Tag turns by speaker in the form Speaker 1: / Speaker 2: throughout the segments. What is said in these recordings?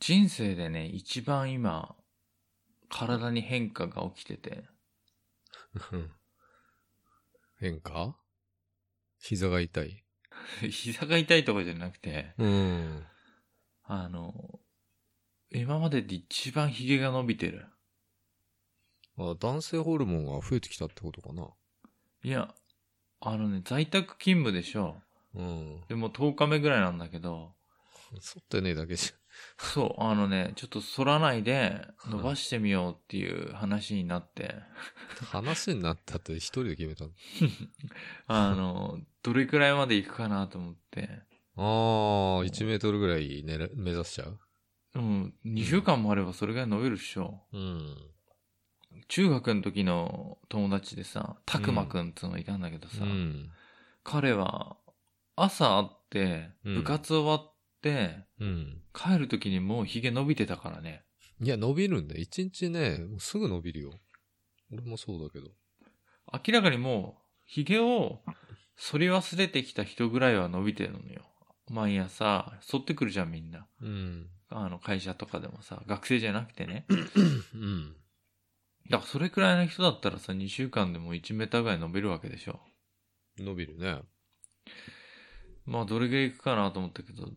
Speaker 1: 人生でね、一番今、体に変化が起きて て、
Speaker 2: うん変化膝が痛い。
Speaker 1: 膝が痛いとかじゃなくて、
Speaker 2: うん。
Speaker 1: あの、今までで一番ヒゲが伸びてる。
Speaker 2: あ、男性ホルモンが増えてきたってことかな。
Speaker 1: いや、あのね、在宅勤務でしょ。
Speaker 2: うん。
Speaker 1: でも10日目ぐらいなんだけど、
Speaker 2: 剃ってねえだけじ
Speaker 1: そう、あのね、ちょっと反らないで伸ばしてみようっていう話になって、
Speaker 2: ゃん。話になったって一人で決めたの。
Speaker 1: あの、どれくらいまで行くかなと思って、
Speaker 2: ああ、1メートルぐらいね目指しちゃう
Speaker 1: うん、2週間もあればそれぐらい伸びるっしょ。
Speaker 2: うん。
Speaker 1: 中学の時の友達でさ、たくまくんっつうのがいたんだけどさ、
Speaker 2: うん。
Speaker 1: 彼は朝会って、
Speaker 2: うん
Speaker 1: 部活終わって、
Speaker 2: うん。
Speaker 1: 帰る時にもうヒゲ伸びてたからね。
Speaker 2: いや、伸びるんだよ。一日ね、もうすぐ伸びるよ。俺もそうだけど。
Speaker 1: 明らかにもう、ヒゲを剃り忘れてきた人ぐらいは伸びてるのよ。毎朝、剃ってくるじゃんみんな。
Speaker 2: うん。
Speaker 1: あの、会社とかでもさ、学生じゃなくてね。
Speaker 2: うん。
Speaker 1: だからそれくらいの人だったらさ、2週間でも1メーターぐらい伸びるわけでしょ。
Speaker 2: 伸びるね。
Speaker 1: まあ、どれぐらいいくかなと思ったけど、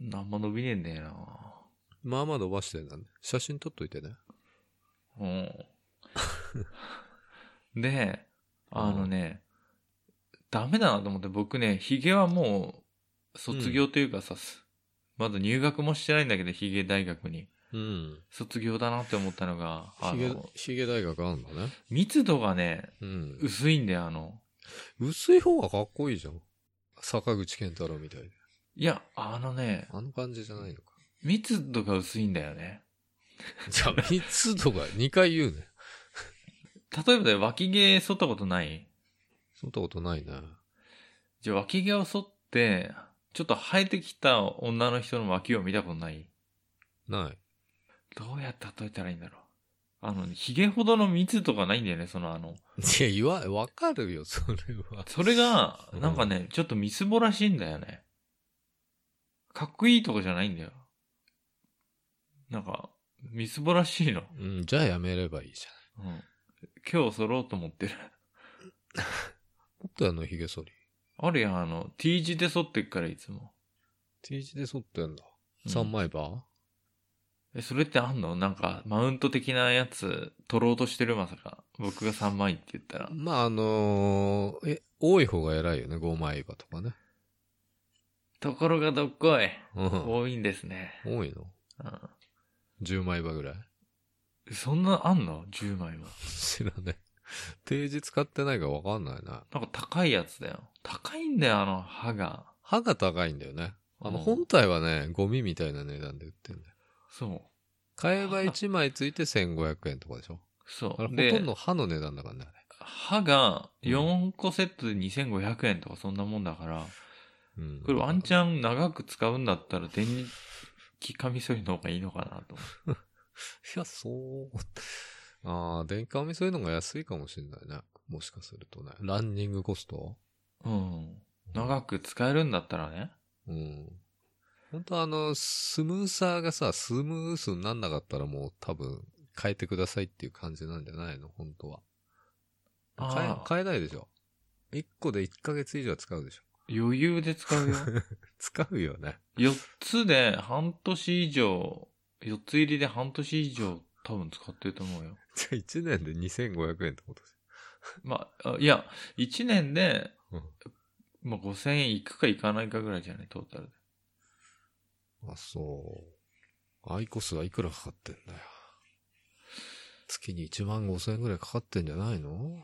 Speaker 1: なんも伸びねえんだよな。
Speaker 2: まあまあ伸ばしてんだね。写真撮っといてね。
Speaker 1: うん。で、あのね、ダメだなと思って、僕ね、ヒゲはもう、卒業というかさ、すまだ入学もしてないんだけど、ヒゲ大学に。
Speaker 2: うん。
Speaker 1: 卒業だなって思ったのが、あ
Speaker 2: ヒゲ
Speaker 1: の、、
Speaker 2: ヒゲ大学あんだね。
Speaker 1: 密度がね、
Speaker 2: うん。
Speaker 1: 薄いんだよ、あの。
Speaker 2: 薄い方がかっこいいじゃん。坂口健太郎みたいで。
Speaker 1: いや、あのね、
Speaker 2: あの感じじゃないのか。
Speaker 1: 密度が薄いんだよね。
Speaker 2: じゃあ、密度が2回言うね。
Speaker 1: 例えばで脇毛剃ったことない
Speaker 2: そんなことないな。
Speaker 1: じゃあ脇毛を剃って、ちょっと生えてきた女の人の脇を見たことない
Speaker 2: ない。
Speaker 1: どうやって例えたらいいんだろう。あの、ヒゲほどの密度がないんだよね、そのあの。
Speaker 2: いや、言わ、わかるよ、それは。
Speaker 1: それが、
Speaker 2: うん
Speaker 1: なんかね、ちょっとみすぼらしいんだよね。かっこいいとかじゃないんだよ。なんか、みすぼらしいの。
Speaker 2: うん、じゃあやめればいいじ
Speaker 1: うん。今日剃ろうと思ってる。
Speaker 2: ゃん。もっとあの、髭剃り。
Speaker 1: あるやん、あの、T 字で剃ってっから、いつも。
Speaker 2: T 字で剃ってんだ。
Speaker 1: うん
Speaker 2: 三枚刃
Speaker 1: え、それってあんのなんか、マウント的なやつ、取ろうとしてるまさか。僕が3枚って言ったら。
Speaker 2: まあ、あのーえ、多い方が偉いよね、五枚刃とかね。
Speaker 1: ところがどっこい。
Speaker 2: うん。
Speaker 1: 多いんですね。
Speaker 2: 多いの
Speaker 1: うん。
Speaker 2: 十枚刃ぐらい
Speaker 1: そんなあんの ?10 枚は。
Speaker 2: 知らねえ。定時使ってないからわかんないな。
Speaker 1: なんか高いやつだよ。高いんだよ、あの歯が。
Speaker 2: 歯が高いんだよね。あの、
Speaker 1: うん
Speaker 2: 本体はね、ゴミみたいな値段で売ってんだよ。
Speaker 1: そう。
Speaker 2: 買えば1枚ついて1500円とかでしょ
Speaker 1: そ
Speaker 2: あれほ
Speaker 1: う。
Speaker 2: と
Speaker 1: で
Speaker 2: ん、ど歯の値段だからね。あれ
Speaker 1: 歯が4個セットで2500円とかそんなもんだから、
Speaker 2: うん。
Speaker 1: これワンチャン長く使うんだったら電気カミソリの方がいいのかなと。
Speaker 2: いや、そう。ああ、電化網そういうのが安いかもしれないね。もしかするとね。ランニングコスト
Speaker 1: うん。長く使えるんだったらね。
Speaker 2: うん。本当あの、スムーサーがさ、スムースになんなかったらもう多分変えてくださいっていう感じなんじゃないの本当は。変え
Speaker 1: あ、ー
Speaker 2: 変えないでしょ。1個で1ヶ月以上は使うでしょ。
Speaker 1: 余裕で使 うよ。
Speaker 2: 使うよね。
Speaker 1: 4つで半年以上、4つ入りで半年以上多分使ってると思うよ。
Speaker 2: じゃあ1年で2500円ってこと
Speaker 1: まあ、あいや、1年で
Speaker 2: うん、
Speaker 1: まあ5000円いくかいかないかぐらいじゃない、トータルで。
Speaker 2: あ、そう。アイコスはいくらかかってんだよ。月に1万5千円ぐらいかかってんじゃないの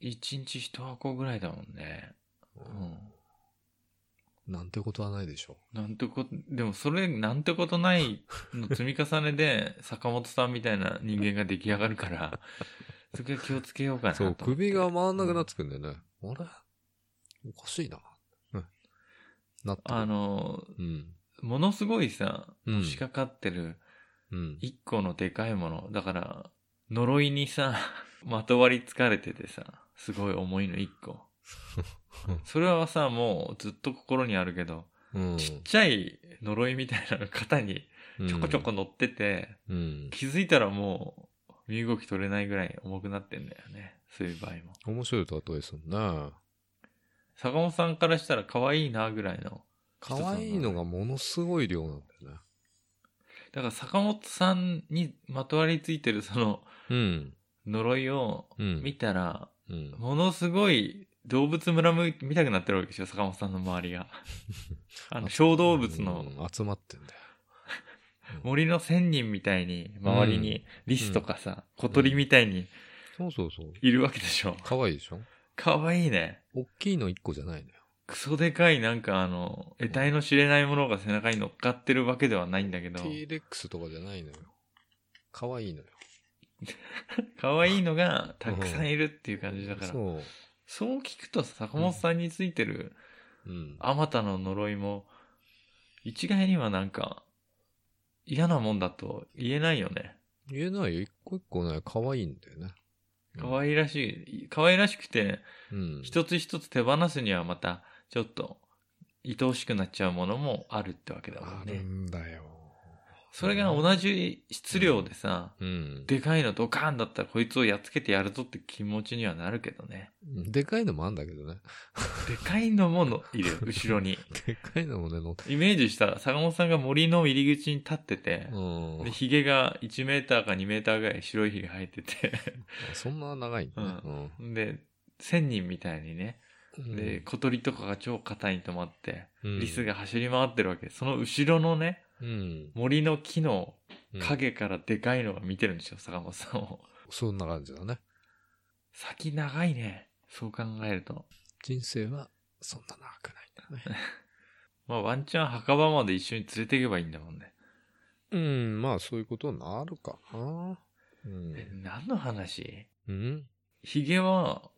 Speaker 1: 1日1箱ぐらいだもんね。
Speaker 2: う
Speaker 1: うん。
Speaker 2: なんてことはないでしょ。
Speaker 1: なんてこと、でもそれ、なんてことないの積み重ね で、坂本さんみたいな人間が出来上がるから、それは気をつけようかなと
Speaker 2: そ
Speaker 1: 思っ
Speaker 2: う、
Speaker 1: て。
Speaker 2: 首が回んなくなってくんだよね。あれおかしいな。うんなってる
Speaker 1: あ、の、
Speaker 2: うん。
Speaker 1: ものすごいさ、
Speaker 2: うん
Speaker 1: 押しかかってる、
Speaker 2: うん。
Speaker 1: 一個のでかいもの。だから、呪いにさ、 まとわりつかれててさ、すごい重いの一個
Speaker 2: うん。
Speaker 1: それはさ、もうずっと心にあるけど、
Speaker 2: うん。
Speaker 1: ちっちゃい呪いみたいなの肩にちょこちょこ乗ってて、
Speaker 2: うん。
Speaker 1: 気づいたらもう、身動き取れないぐらい重くなってんだよね。そういう場合も。
Speaker 2: 面白い例えですもんね。
Speaker 1: 坂本さんからしたら可愛いなぐらいの。
Speaker 2: 可愛いのがものすごい量なんだよね。
Speaker 1: だから坂本さんにまとわりついてるその
Speaker 2: うん。
Speaker 1: 呪いを
Speaker 2: うん。
Speaker 1: 見たら、
Speaker 2: うん。
Speaker 1: ものすごい動物村む見たくなってるわけでしょ、坂本さんの周 りが。あの、小動物の
Speaker 2: うん集まってんだよ。
Speaker 1: 森の仙人みたいに、周りにリスとかさ、小鳥みたいに
Speaker 2: そうそうそう。
Speaker 1: いるわけでしょ。
Speaker 2: 可愛いでしょ
Speaker 1: かわいいね。
Speaker 2: 大きいの一個じゃないのよ。
Speaker 1: クソでかいなんかあの、得体の知れないものが背中に乗っかってるわけではないんだけど、
Speaker 2: T-Rex とかじゃないのよ。可愛いのよ。
Speaker 1: かわいいのがたくさんいるっていう感じだから、
Speaker 2: そ
Speaker 1: そう聞くと坂本さんについてる
Speaker 2: う。うん。
Speaker 1: あまたの呪いも、一概にはなんか、嫌なもんだと言えないよね。
Speaker 2: 言えないよ。一個一個ね、可愛いんだよね。
Speaker 1: 可愛らしい、可愛らしくて、
Speaker 2: うん。
Speaker 1: 一つ一つ手放すにはまた、ちょっと、愛おしくなっちゃうものもあるってわけだも
Speaker 2: あ
Speaker 1: ん
Speaker 2: る
Speaker 1: ね。
Speaker 2: んだよ。
Speaker 1: それが同じ質量でさ、
Speaker 2: うん。で
Speaker 1: でかいのドカーンだったらこいつをやっつけてやるぞって気持ちにはなるけどね。
Speaker 2: でかいのもあんだけどね。
Speaker 1: でかいのものいる、後ろに。
Speaker 2: でかいのもね、乗って。
Speaker 1: イメージしたら、坂本さんが森の入り口に立ってて、
Speaker 2: うん
Speaker 1: で、。ヒゲが1メーターか2メーターぐらい白いヒゲ生えて て、
Speaker 2: そんな長いんだね。
Speaker 1: で、仙人みたいにね、
Speaker 2: うん
Speaker 1: で、、小鳥とかが超硬いに止まって、
Speaker 2: うん
Speaker 1: リス。が走り回ってるわけ。その後ろのね、
Speaker 2: うん。
Speaker 1: 森の木の
Speaker 2: うん。
Speaker 1: 影からでかいのが見てるんですよ、坂本さん を。
Speaker 2: そんな感じだね。
Speaker 1: 先長いね。そう考えると。
Speaker 2: 人生はそんな長くない んだね。
Speaker 1: まあ、ワンチャン墓場まで一緒に連れていけばいいんだもんね。
Speaker 2: うん、まあそういうことになるかな。うん。
Speaker 1: え何の話
Speaker 2: うん
Speaker 1: ヒゲは、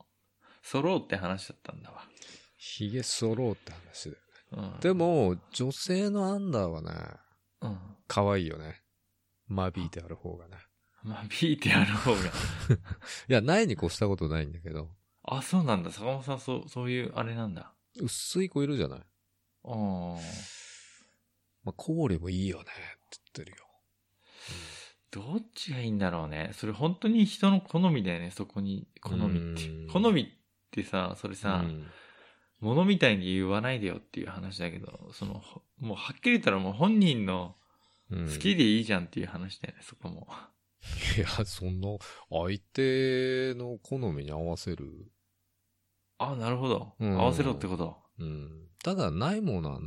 Speaker 1: 揃うって話だったんだわ。
Speaker 2: ひげ剃ろうって話で。
Speaker 1: うん、
Speaker 2: で、も、女性のアンダーはね、
Speaker 1: うん。
Speaker 2: 可愛いよね。間引いてある方がね。
Speaker 1: まあ、ビーってやる方が。
Speaker 2: いや、ないに越したことないんだけど、
Speaker 1: あ、そうなんだ。坂本さん、そう、そういうあれなんだ。
Speaker 2: 薄い子いるじゃない。
Speaker 1: うん。
Speaker 2: まあ、コーレもいいよね、って言ってるよ。
Speaker 1: どっちがいいんだろうね。それ本当に人の好みだよね、そこに。好みって
Speaker 2: う
Speaker 1: い
Speaker 2: ん
Speaker 1: う。好みってさ、それさ、
Speaker 2: うん
Speaker 1: 物みたいに言わないでよっていう話だけど、その、ほもうはっきり言ったらもう本人の
Speaker 2: うん
Speaker 1: 好きでいいじゃんっていう話だよね、そこも。
Speaker 2: いや、そんな、相手の好みに合わせる。
Speaker 1: あ、なるほど。
Speaker 2: うん
Speaker 1: 合わせろってこと。
Speaker 2: うん。ただ、ないものは、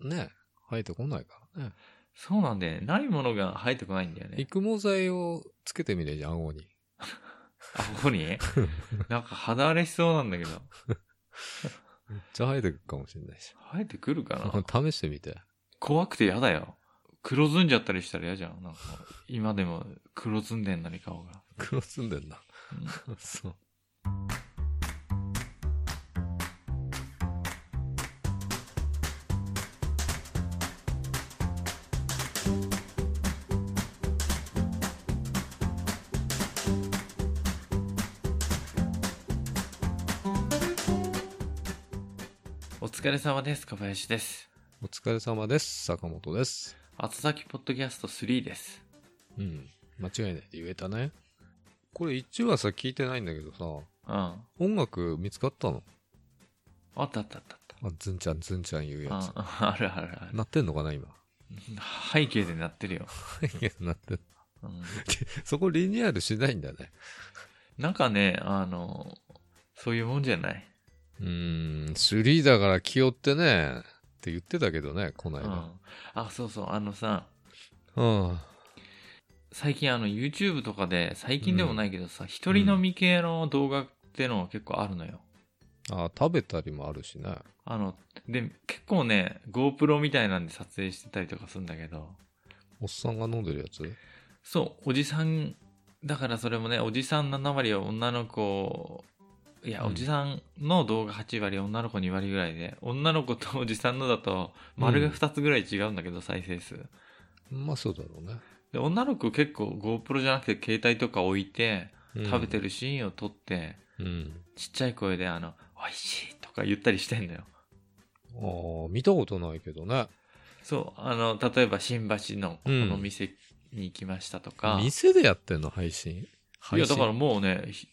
Speaker 2: ね、生えてこないからね。
Speaker 1: そうなんだよね。ないものが生えてこないんだよね。
Speaker 2: 育毛剤をつけてみれじゃん、顎に。
Speaker 1: あ、ここに なんか肌荒れしそうなんだけど。
Speaker 2: めっちゃ生えてくるかもしれないし。
Speaker 1: 生えてくるかな
Speaker 2: 試してみて。
Speaker 1: 怖くて嫌だよ。黒ずんじゃったりしたら嫌じゃん。なんか、今でも黒ずんでんのに顔が。
Speaker 2: 黒ずん でんな。
Speaker 1: うん
Speaker 2: そう。
Speaker 1: お疲れ様です。小林です。
Speaker 2: お疲れ様です。坂本です。
Speaker 1: 後先ポッドキャスト3です。
Speaker 2: うん。間違いないで言えたね。これ1話さ、聞いてないんだけどさ、
Speaker 1: うん。あ
Speaker 2: 音楽見つかったの
Speaker 1: ったあったあった
Speaker 2: あ、ずんちゃんずんちゃん言う
Speaker 1: あ
Speaker 2: や
Speaker 1: った。ああるあるあ
Speaker 2: つ。
Speaker 1: る。
Speaker 2: なってんのかな、今。
Speaker 1: 背景でなってるよ。
Speaker 2: なってん
Speaker 1: うん、
Speaker 2: そこリニューアルしないんだね。
Speaker 1: なんかね、あの、そういうもんじゃない。
Speaker 2: うーん、3だから気負ってね、って言ってたけどね、この
Speaker 1: うん。
Speaker 2: 間。
Speaker 1: あ、そうそう。あのさ、
Speaker 2: うん。
Speaker 1: 最近あの YouTube とかで、最近でもないけどさ、一人飲み系の動画ってのが結構あるのよ。
Speaker 2: あ、食べたりもあるしね。
Speaker 1: あの、で、結構ね、GoPro みたいなんで撮影してたりとかするんだけど、
Speaker 2: おっさんが飲んでるやつ
Speaker 1: そう、おじさん、だからそれもね、おじさん7割は女の子、いや、
Speaker 2: うん
Speaker 1: おじさんの動画8割、女の子2割ぐらいで、女の子とおじさんのだと、丸が2つぐらい違うんだけど、再生数。
Speaker 2: まあそうだろうね。
Speaker 1: で、女の子結構 GoPro じゃなくて携帯とか置いて、
Speaker 2: うん
Speaker 1: 食べてるシーンを撮って、
Speaker 2: うん。
Speaker 1: ちっちゃい声で、あの、美味しいとか言ったりしてんのよ。
Speaker 2: ああ、見たことないけどね。
Speaker 1: そう、あの、例えば新橋のこの店に行きましたとか。い
Speaker 2: 店でやってんの配信配
Speaker 1: や、
Speaker 2: 信
Speaker 1: だからもうね、ひ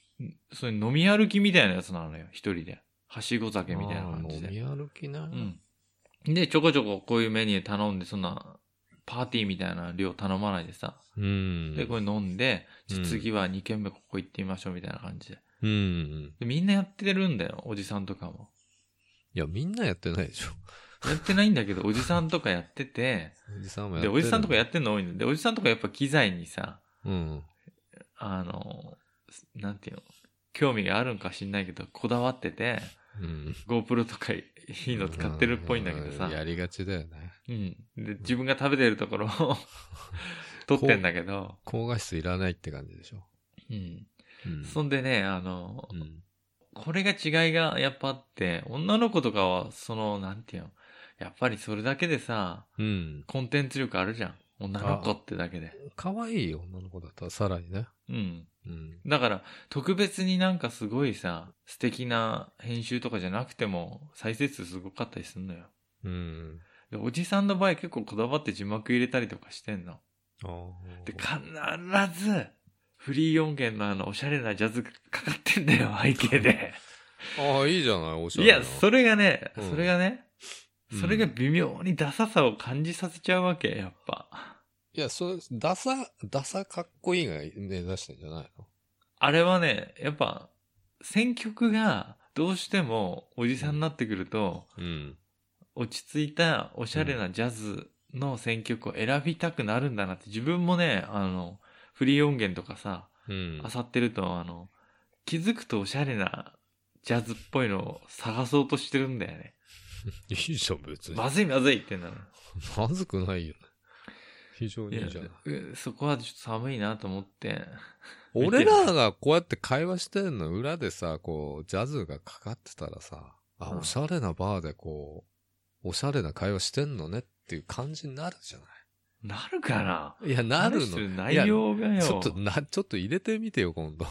Speaker 1: そういう飲み歩きみたいなやつなのよ、一人で。はしご酒みたいな感じ
Speaker 2: あー
Speaker 1: で。
Speaker 2: 飲み歩きな。
Speaker 1: うん。で、ちょこちょここういうメニュー頼んで、そんな、パーティーみたいな量頼まないでさ。
Speaker 2: うん。
Speaker 1: で、これ飲んで、じゃあ
Speaker 2: うん
Speaker 1: 次は2軒目ここ行ってみましょうみたいな感じで。
Speaker 2: うん。
Speaker 1: でみんなやってるんだよ、おじさんとかも。
Speaker 2: いや、みんなやってないでしょ。
Speaker 1: やってないんだけど、おじさんとかやってて、
Speaker 2: おじさんもやって
Speaker 1: で、
Speaker 2: る。
Speaker 1: おじさんとかやってんの多いんで、おじさんとかやっぱ機材にさ、
Speaker 2: うん。
Speaker 1: あの、なんていうの、興味があるんか知んないけど、こだわってて、
Speaker 2: うん。
Speaker 1: GoPro とかいいいの使ってるっぽいんだけど
Speaker 2: う
Speaker 1: さ
Speaker 2: ん、やりがちだよね。
Speaker 1: うん。で、自分が食べてるところを 撮ってんだけど、
Speaker 2: 高画質いらないって感じでしょ。
Speaker 1: うん。
Speaker 2: うん。
Speaker 1: そんでね、あの
Speaker 2: う、ん。
Speaker 1: これが違いがやっぱあって、女の子とかは、その、なんていうの、やっぱりそれだけでさ、
Speaker 2: うん。
Speaker 1: コンテンツ力あるじゃん。女の子ってだけで。
Speaker 2: 可愛い女の子だったらさらにね。
Speaker 1: うん。
Speaker 2: うん。
Speaker 1: だから、特別になんかすごいさ、素敵な編集とかじゃなくても、再生数すごかったりすんのよ。
Speaker 2: うん。
Speaker 1: で、おじさんの場合結構こだわって字幕入れたりとかしてんの。
Speaker 2: あ
Speaker 1: で、
Speaker 2: あ。
Speaker 1: 必ず、フリー音源のあの、おしゃれなジャズかかってんだよ、背景で。
Speaker 2: ああ、いいじゃない、おしゃ
Speaker 1: い
Speaker 2: れな。
Speaker 1: や、それがね、
Speaker 2: うん
Speaker 1: それがね、
Speaker 2: うん
Speaker 1: それが微妙にダサさを感じさせちゃうわけ、やっぱ。
Speaker 2: いや、それ、ダサ、ダサかっこいいが目指してんじゃないの
Speaker 1: あれはね、やっぱ、選曲がどうしてもおじさんになってくると、
Speaker 2: うん。
Speaker 1: 落ち着いたおしゃれなジャズの選曲を選びたくなるんだなって、自分もね、あの、フリー音源とかさ、
Speaker 2: うん。
Speaker 1: 漁ってると、あの、気づくとおしゃれなジャズっぽいのを探そうとしてるんだよね。
Speaker 2: いいじゃん、別に。
Speaker 1: まずいまずいってなる。
Speaker 2: まずくないよね。非常
Speaker 1: い
Speaker 2: にい
Speaker 1: や
Speaker 2: いじゃん。、
Speaker 1: うそこはちょっと寒いなと思って。見て
Speaker 2: 俺らがこうやって会話してんの裏でさ、こう、ジャズがかかってたらさ、あ、
Speaker 1: うん
Speaker 2: おしゃれなバーでこう、おしゃれな会話してんのねっていう感じになるじゃな
Speaker 1: なるかない
Speaker 2: いや、なる
Speaker 1: 話す
Speaker 2: の。
Speaker 1: 内容がよ。
Speaker 2: ちょっと、な、ちょっと入れてみてよ、今度。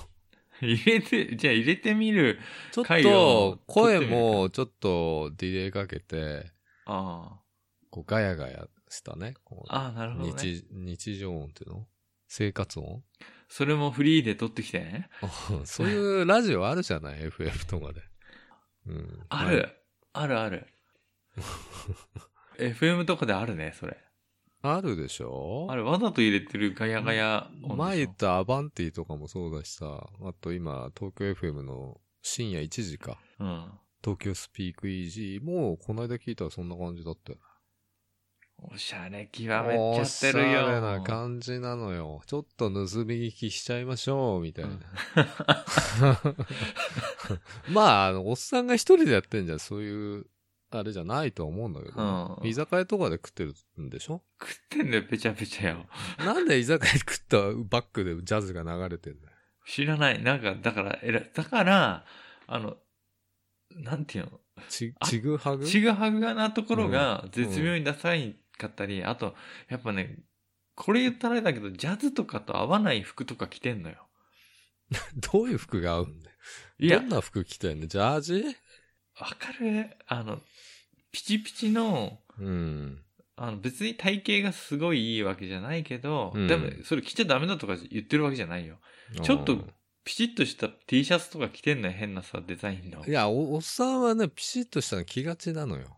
Speaker 1: 入れて、じゃあ入れてみる。
Speaker 2: ちょ っ
Speaker 1: 会を
Speaker 2: と、
Speaker 1: 撮って
Speaker 2: 声
Speaker 1: みる
Speaker 2: も、ちょっと、ディレイかけて、
Speaker 1: あ
Speaker 2: こう、ガヤガヤしたね。こう
Speaker 1: あ。ああ、なるほどね。
Speaker 2: 日、日常音っていうの生活音
Speaker 1: それもフリーで撮ってきてね。
Speaker 2: うんそういうラジオあるじゃない ?FF とかで。うん。
Speaker 1: ある。あるある。FM とかであるね、それ。
Speaker 2: あるでしょ
Speaker 1: あれ、わざと入れてるガヤガヤ音でしょ
Speaker 2: 前言ったアバンティとかもそうだしさ、あと今、東京 FM の深夜1時か。
Speaker 1: うん。
Speaker 2: 東京スピークイージーも、この間聞いたらそんな感じだったよ。
Speaker 1: おしゃれ極めちゃってるよ。
Speaker 2: おしゃれな感じなのよ。ちょっと盗み聞きしちゃいましょう、みたいな。 まあ、あの、おっさんが一人でやってんじゃ、そういう、あれじゃないとは思うんだけど、
Speaker 1: うん
Speaker 2: 居酒屋とかで食ってるんで しょ
Speaker 1: 食ってんだよ、ぺちゃぺちゃよ。
Speaker 2: なんで居酒屋で食ったバックでジャズが流れてんだよ。
Speaker 1: 知らない。なんか、だから、えら、だから、あの、なんていう
Speaker 2: ち、
Speaker 1: あ
Speaker 2: ちぐはぐ
Speaker 1: の、ちぐはぐなところが絶妙にダサいかったり、あと、やっぱね、これ言ったらあれだけど、ジャズとかと合わない服とか着てんのよ。
Speaker 2: どういう服が合うんだよ。
Speaker 1: いや
Speaker 2: どん、な服着てんのジャージ
Speaker 1: わかるあの、ピチピチの、
Speaker 2: うん。
Speaker 1: あの、別に体型がすごいいいわけじゃないけど、
Speaker 2: うん
Speaker 1: でも、それ着ちゃダメだとか言ってるわけじゃないよ。ちょっとピチッとした T シャツとか着てんのよ、変なさ、デザインの
Speaker 2: い。やお、おっさんはね、ピシッとしたの着がちなのよ。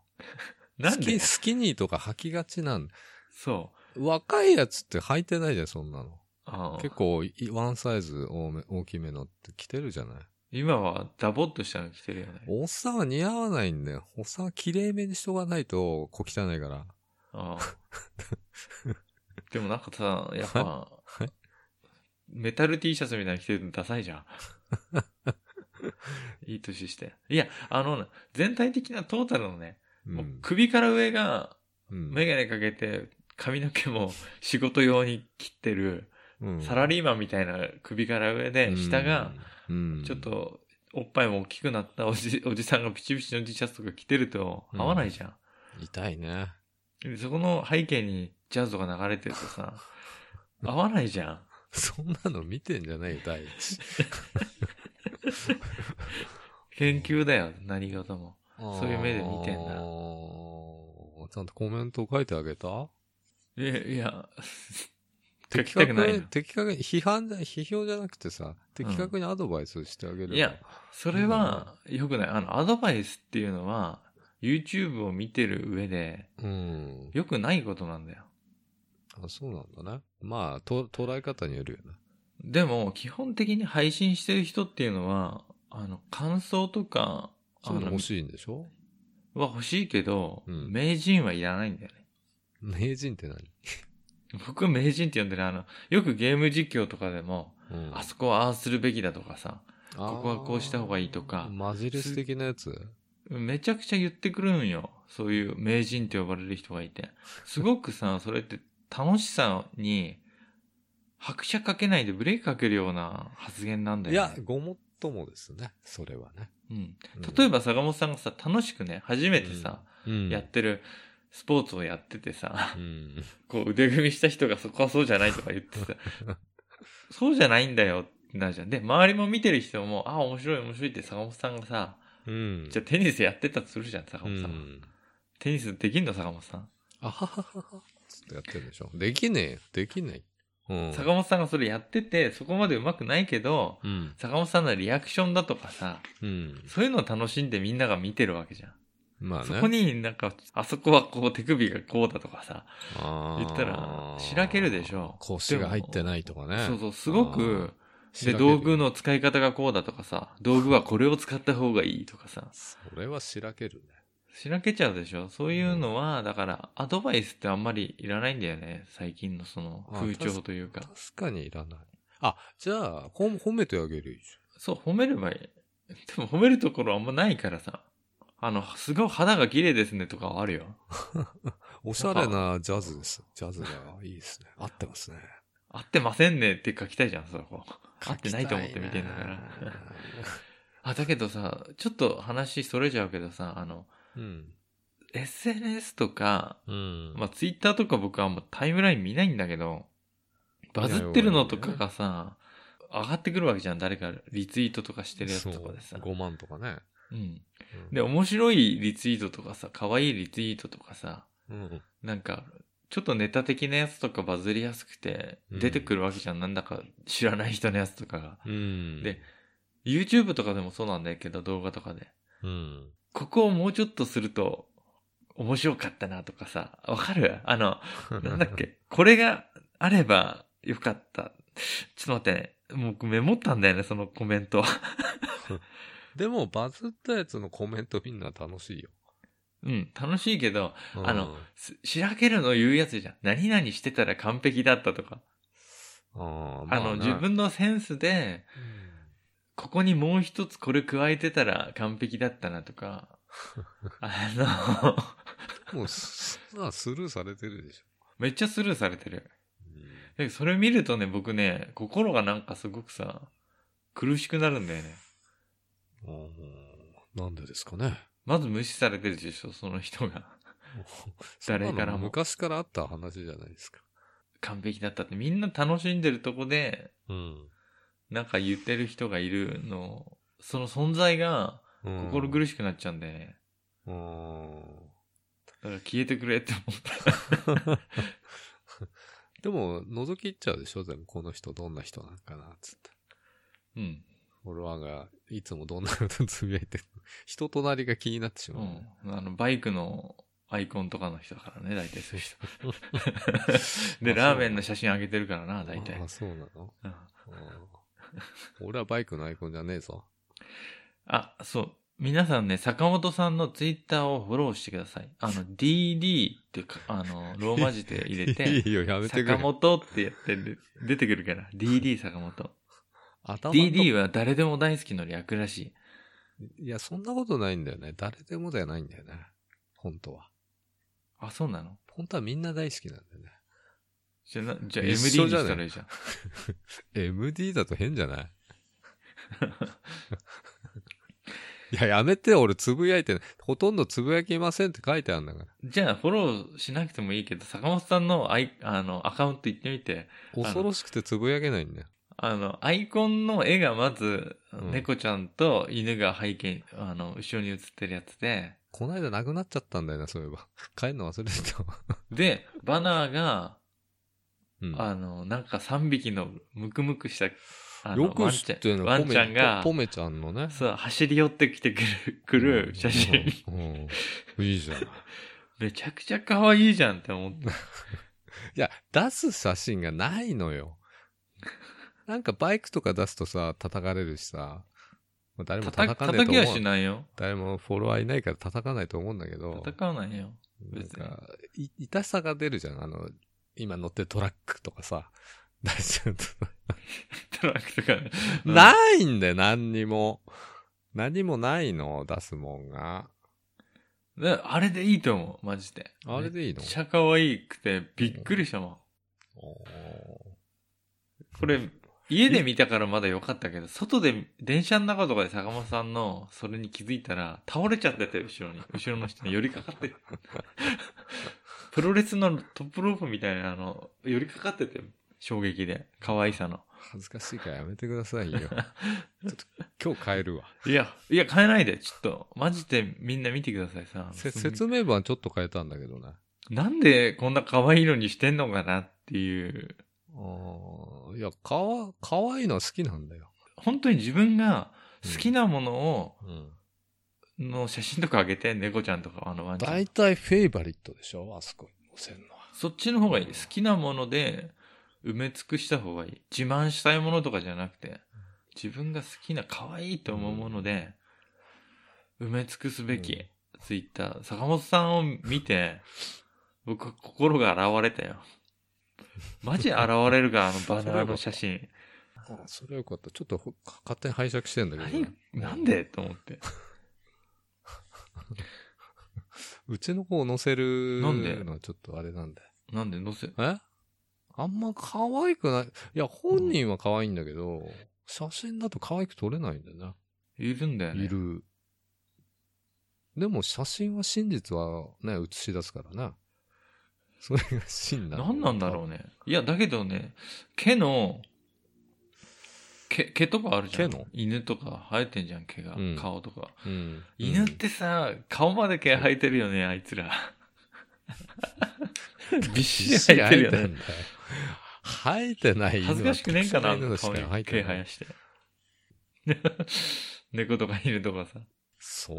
Speaker 1: なんで
Speaker 2: スキスキニーとか履きがちなん
Speaker 1: そう。
Speaker 2: 若いやつって履いてないじゃん、そんなの。
Speaker 1: あ
Speaker 2: 結構い、ワンサイズ多め大きめのって着てるじゃない。
Speaker 1: 今はダボっとしたの着て るよね。
Speaker 2: おっさんは似合わないんだよ。おっさんは綺麗めにしとかないと、小汚いから。
Speaker 1: ああでもなんかさ、やっぱ、メタル T シャツみたいなの着てるのダサいじ ゃん。いい年して。いや、あのね、全体的なトータルのね、
Speaker 2: う。
Speaker 1: もうん首から上が
Speaker 2: うん
Speaker 1: メガネかけて、髪の毛 も仕事用に切ってる、
Speaker 2: うん
Speaker 1: サラリーマンみたいな首から上で、下が、、
Speaker 2: うん
Speaker 1: ちょっ、と、おっぱいも大きくなったおじ、 おじさんがピチピチの T シャツとか着てると合わないじゃん。
Speaker 2: 痛いね。
Speaker 1: でそこの背景にジャズとか流れてると さ、合わないじゃん。
Speaker 2: そんなの見てんじゃないよ、第 一。
Speaker 1: 研究だよ、何事も。
Speaker 2: そう
Speaker 1: いう目で見てんだ
Speaker 2: だ。ちゃんとコメントを書いてあげた
Speaker 1: え、い や、書
Speaker 2: 的
Speaker 1: きたく
Speaker 2: 確
Speaker 1: ない
Speaker 2: に
Speaker 1: な、。
Speaker 2: 的確に、批判じゃ、批評じゃなくてさ、的確にアドバイスしてあげる、
Speaker 1: いや、それは良くない。あの、アドバイスっていうのは、YouTube を見てる上で、
Speaker 2: うん。
Speaker 1: 良くないことなんだよ。
Speaker 2: あ、そうなんだね。まあ、と捉え方によるよね。
Speaker 1: でも、基本的に配信してる人っていうのは、あの、感想とか、あ
Speaker 2: そういうの
Speaker 1: の、
Speaker 2: 欲しいんでしょ
Speaker 1: は欲しいけど、
Speaker 2: うん
Speaker 1: 名人はいらないんだよね。
Speaker 2: 名人って何
Speaker 1: 僕、名人って呼んでる、あの、よくゲーム実況とかでも、
Speaker 2: うん
Speaker 1: あそこはああするべきだとかさ、
Speaker 2: あー
Speaker 1: ここはこうした方がいいとか
Speaker 2: マジレス的なやつ
Speaker 1: めちゃくちゃ言ってくるんよ。そういう名人って呼ばれる人がいて。すごくさ、 それって楽しさに、拍車かけないでブレーキかけるような発言なんだ
Speaker 2: い
Speaker 1: よ、
Speaker 2: や
Speaker 1: ね。、
Speaker 2: ごもっともですね。それはね。
Speaker 1: うん。
Speaker 2: うん
Speaker 1: 例えば坂本さんがさ、楽しくね、初めてさ、
Speaker 2: うん
Speaker 1: やってるスポーツをやっててさ、
Speaker 2: うん。
Speaker 1: こう腕組みした人がそこはそうじゃないとか言って さ、そうじゃないんだよってなるじゃん。で、周りも見てる人も、あ、面白い面白いって坂本さんがさ、
Speaker 2: うん。
Speaker 1: じゃあテニスやってたとするじゃん、坂
Speaker 2: う
Speaker 1: 本さん。
Speaker 2: ん。
Speaker 1: テニスできんの、坂本さん。
Speaker 2: あはははは。つってやってるんでしょ。できねえよ。できない。うん。
Speaker 1: 坂本さんがそれやってて、そこまで上手くないけど、
Speaker 2: うん。
Speaker 1: 坂本さんのリアクションだとかさ、
Speaker 2: うん。
Speaker 1: そういうのを楽しんでみんなが見てるわけじゃん。
Speaker 2: まあね。
Speaker 1: そこになんか、あそこはこう手首がこうだとかさ、
Speaker 2: あ
Speaker 1: 言
Speaker 2: ー
Speaker 1: ったらしらけるでしょ
Speaker 2: 腰が入ってないとかね。
Speaker 1: そうそう、すごく、
Speaker 2: あー
Speaker 1: で、道具。の使い方がこうだとかさ、道具はこれを使った方がいいとかさ、
Speaker 2: しらけるそれはしらけるね。
Speaker 1: しらけちゃうでしょそういうのは、だから、アドバイスってあんまりいらないんだよね。最近のその
Speaker 2: あ
Speaker 1: 風潮というか。
Speaker 2: 確かにいらない。あ、じゃあ、ほん褒めてあげるいいじ
Speaker 1: そう、褒めればいい。でも褒めるところあんまないからさ。あの、すごい肌が綺麗ですねとかはあるよ。
Speaker 2: ゃん。おしゃれなジャズです。ジャズがいいですね。合ってますね。
Speaker 1: 合ってませんねって書きたいじゃん、そこ。合ってないと思って見てんだから。あ、だけどさ、ちょっと話それちゃうけどさ、あの、
Speaker 2: うん。
Speaker 1: SNS とか、
Speaker 2: うん。
Speaker 1: まあ、Twitter とか僕はもうタイムライン見ないんだけど、バズってるのとかがさ、上がってくるわけじゃん、誰かリツイートとかしてるやつとかでさ。
Speaker 2: 5万とかね。
Speaker 1: うん。
Speaker 2: うん
Speaker 1: で、、面白いリツイートとかさ、可愛いリツイートとかさ、
Speaker 2: うん。
Speaker 1: なんか、ちょっとネタ的なやつとかバズりやすくて、
Speaker 2: うん
Speaker 1: 出てくるわけじゃん。なんだか知らない人のやつとかが。
Speaker 2: うん。
Speaker 1: で、YouTube とかでもそうなんだけど、動画とかで。
Speaker 2: うん。
Speaker 1: ここをもうちょっとすると、面白かったなとかさ、わかるあの、 なんだっけ、これがあればよかった。ちょっと待ってね。もうメモったんだよね、そのコメント。
Speaker 2: でも、バズったやつのコメントみんな楽しいよ。
Speaker 1: うん、楽しいけど、
Speaker 2: うん
Speaker 1: あの、すしらけるの言うやつじゃん。何々してたら完璧だったとか。
Speaker 2: あーま
Speaker 1: あ
Speaker 2: あ
Speaker 1: の、
Speaker 2: ね
Speaker 1: 自分のセンスで、ここにもう一つこれ加えてたら完璧だったなと か、あの、
Speaker 2: もう、そんなスルーされてるでしょ。
Speaker 1: めっちゃスルーされてる。でそれ見るとね、僕ね、心がなんかすごくさ、苦しくなるんだよね。
Speaker 2: うん、なんでですかね。
Speaker 1: まず無視されてるでしょ、その人が。 誰からも
Speaker 2: そんなの昔からあった話じゃないですか。
Speaker 1: 完璧だったってみんな楽しんでるとこで、
Speaker 2: うん。
Speaker 1: なんか言ってる人がいるの、その存在が心
Speaker 2: い。
Speaker 1: 苦しくなっちゃうんだよね。
Speaker 2: うん
Speaker 1: だから消えてくれって 思った。
Speaker 2: でも、覗き入っちゃうでしょ全部、この人どんな人なんかな、つって。
Speaker 1: うん。
Speaker 2: フォロワーがいつもどんなことつぶやいてるの人となりが気になってしまう、ね
Speaker 1: うん。あの、バイクのアイコンとかの人だからね、大体そう いう人。で、
Speaker 2: まあそう
Speaker 1: ラーメンの写真あげてるからな、大体
Speaker 2: ああ、。そうなの
Speaker 1: うん
Speaker 2: うん俺はバイクのアイコンじゃねえぞ。
Speaker 1: あ、そう。皆さんね、坂本さんのツイッターをフォローしてください。あの、DD ってか、あの、ローマ字で入れて、
Speaker 2: いいよ、 やめてく
Speaker 1: 坂
Speaker 2: れ。
Speaker 1: 本ってやってる出てくるから。DD 坂本。
Speaker 2: 頭の
Speaker 1: DD は誰でも大好きの略らしい。
Speaker 2: いや、そんなことないんだよね。誰でもではないんだよね。本当は。
Speaker 1: あ、そうなの
Speaker 2: 本当はみんな大好きなんだよね。
Speaker 1: じゃな、じゃあ MD に
Speaker 2: 一緒じゃ
Speaker 1: し
Speaker 2: ない
Speaker 1: たらいいじゃん。
Speaker 2: MD だと変じゃない いや、やめてよ、俺つぶやいてない。ほとんどつぶやきませんって書いてあるんだから。
Speaker 1: じゃあ、フォローしなくてもいいけど、坂本さんのアイ、あの、アカウント行ってみて、
Speaker 2: 恐ろしくてつぶやけないんだよ。
Speaker 1: あの、アイコンの絵がまず
Speaker 2: う、ん
Speaker 1: 猫ちゃんと犬が背景、あの、後ろに写ってるやつで、
Speaker 2: こないだなくなっちゃったんだよな、そういえば。 帰るの忘れてたわ。
Speaker 1: で、バナーが、
Speaker 2: うん
Speaker 1: あの、なんか3匹のムクムクした、あの
Speaker 2: よく知ってるの
Speaker 1: ワンちゃんワンちゃんが、
Speaker 2: ポメちゃんのね。
Speaker 1: そう、走り寄ってきてくる、くる写真。
Speaker 2: うん。うんうんいいじゃん。い
Speaker 1: めちゃくちゃ可愛いじゃんって思って。
Speaker 2: や、出す写真がないのよ。なんかバイクとか出すとさ、叩かれるしさ、まあ誰も
Speaker 1: 叩く
Speaker 2: 叩かない
Speaker 1: 叩
Speaker 2: と
Speaker 1: き
Speaker 2: 思
Speaker 1: はし
Speaker 2: う。
Speaker 1: ないよ。
Speaker 2: 誰もフォロワーいないから叩かないと思うんだけど、
Speaker 1: 叩かないよ。
Speaker 2: な
Speaker 1: 別
Speaker 2: ん
Speaker 1: に
Speaker 2: か、い痛さが出るじゃん。あの、今乗ってるトラックと かさ、出しちゃうとさ
Speaker 1: トラックとかね。うん
Speaker 2: ないんだよ、何にも。何もないの、出すもんが。
Speaker 1: であれでいいと思う、マジで。
Speaker 2: あれでいいの
Speaker 1: めっちゃ可愛くて、びっくりしたもん。これ、家で見たからまだ良かったけど、外で、電車の中とかで坂本さんの、それに気づいたら、倒れちゃってて、後ろに。後ろの人に寄りかかって。 プロレスのトップロープみたいな、あの、寄りかかってて、衝撃で。可愛さの。
Speaker 2: 恥ずかしいからやめてくださ いよ。ちょっと今日変えるわ。
Speaker 1: いや、いや、変えないで。ちょっと、マジでみんな見てくださいさ。
Speaker 2: せ説明文はちょっと変えたんだけどね。
Speaker 1: なんでこんな可愛いのにしてんのかなっていう。
Speaker 2: あーいや、かわ、かわいいのは好きなんだよ。
Speaker 1: 本当に自分が好きなものを、
Speaker 2: うん。
Speaker 1: の写真とかあげて、猫ちゃんとか、あのワンちゃんとか
Speaker 2: 大体フェイバリットでしょあそこに載せるのは。
Speaker 1: そっちの方がいい。好きなもので埋め尽くした方がいい。自慢したいものとかじゃなくて、自分が好きな、可愛いと思うもので、埋め尽くすべき、
Speaker 2: うん
Speaker 1: ツイッター。坂本さんを見て、僕は心が現れた よ。マジ現れるか、あのバナーの写 真。
Speaker 2: あそれはよかった。ちょっとほ勝手に拝借してんだけどね、
Speaker 1: 何なんでと思って。
Speaker 2: うちの子を載せる
Speaker 1: なんで
Speaker 2: のはちょっとあれなんで。
Speaker 1: なんで載せ、
Speaker 2: えあんま可愛くない。いや、本人は可愛いんだけど、写真だと可愛く撮れないんだよね。
Speaker 1: いるんだよね。
Speaker 2: い。る。でも写真は真実はね、映し出すからな。それが真な
Speaker 1: 何なんだろうね。いや、だけどね、毛の、毛、毛とかあるじゃん。
Speaker 2: 毛の
Speaker 1: 犬とか生えてんじゃん、毛が。
Speaker 2: うん
Speaker 1: 顔とか。
Speaker 2: う。うん。
Speaker 1: 犬ってさ、顔まで毛生えてるよね、あいつら。びっしり生えてるよね。
Speaker 2: よ。生えてない犬は
Speaker 1: 恥ずかしくねえかな、
Speaker 2: 特殊
Speaker 1: 顔
Speaker 2: 犬
Speaker 1: に
Speaker 2: しか生え
Speaker 1: 毛
Speaker 2: て
Speaker 1: 生
Speaker 2: な
Speaker 1: や
Speaker 2: い。
Speaker 1: して。 猫とか犬とかさ。
Speaker 2: そ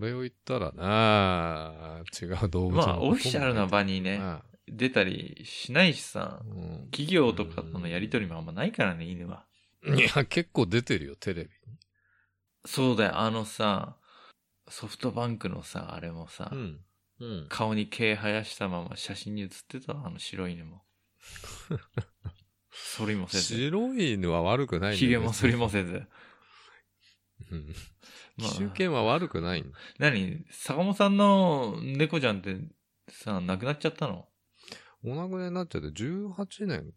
Speaker 2: れを言ったらな違う動物
Speaker 1: まあ、オフィシャルな場にね、
Speaker 2: ね。
Speaker 1: 出たりしないしさ、
Speaker 2: うん
Speaker 1: 企業とかとのやりとりもあんまないからね、犬は。
Speaker 2: いや、結構出てるよ、テレビ。
Speaker 1: そうだよ、あのさ、ソフトバンクのさ、あれもさ、
Speaker 2: ん。うん。
Speaker 1: 顔に毛生やしたまま写真に写ってたわあの白い犬 も。そりもせず。
Speaker 2: 白い犬は悪くないんだよ
Speaker 1: ひげもそり。もせず。
Speaker 2: うん
Speaker 1: まあ
Speaker 2: 騎手犬は悪くないんだ。
Speaker 1: 何坂本さんの猫ちゃんってさ、亡くなっちゃったの
Speaker 2: お亡くなりになっちゃって18年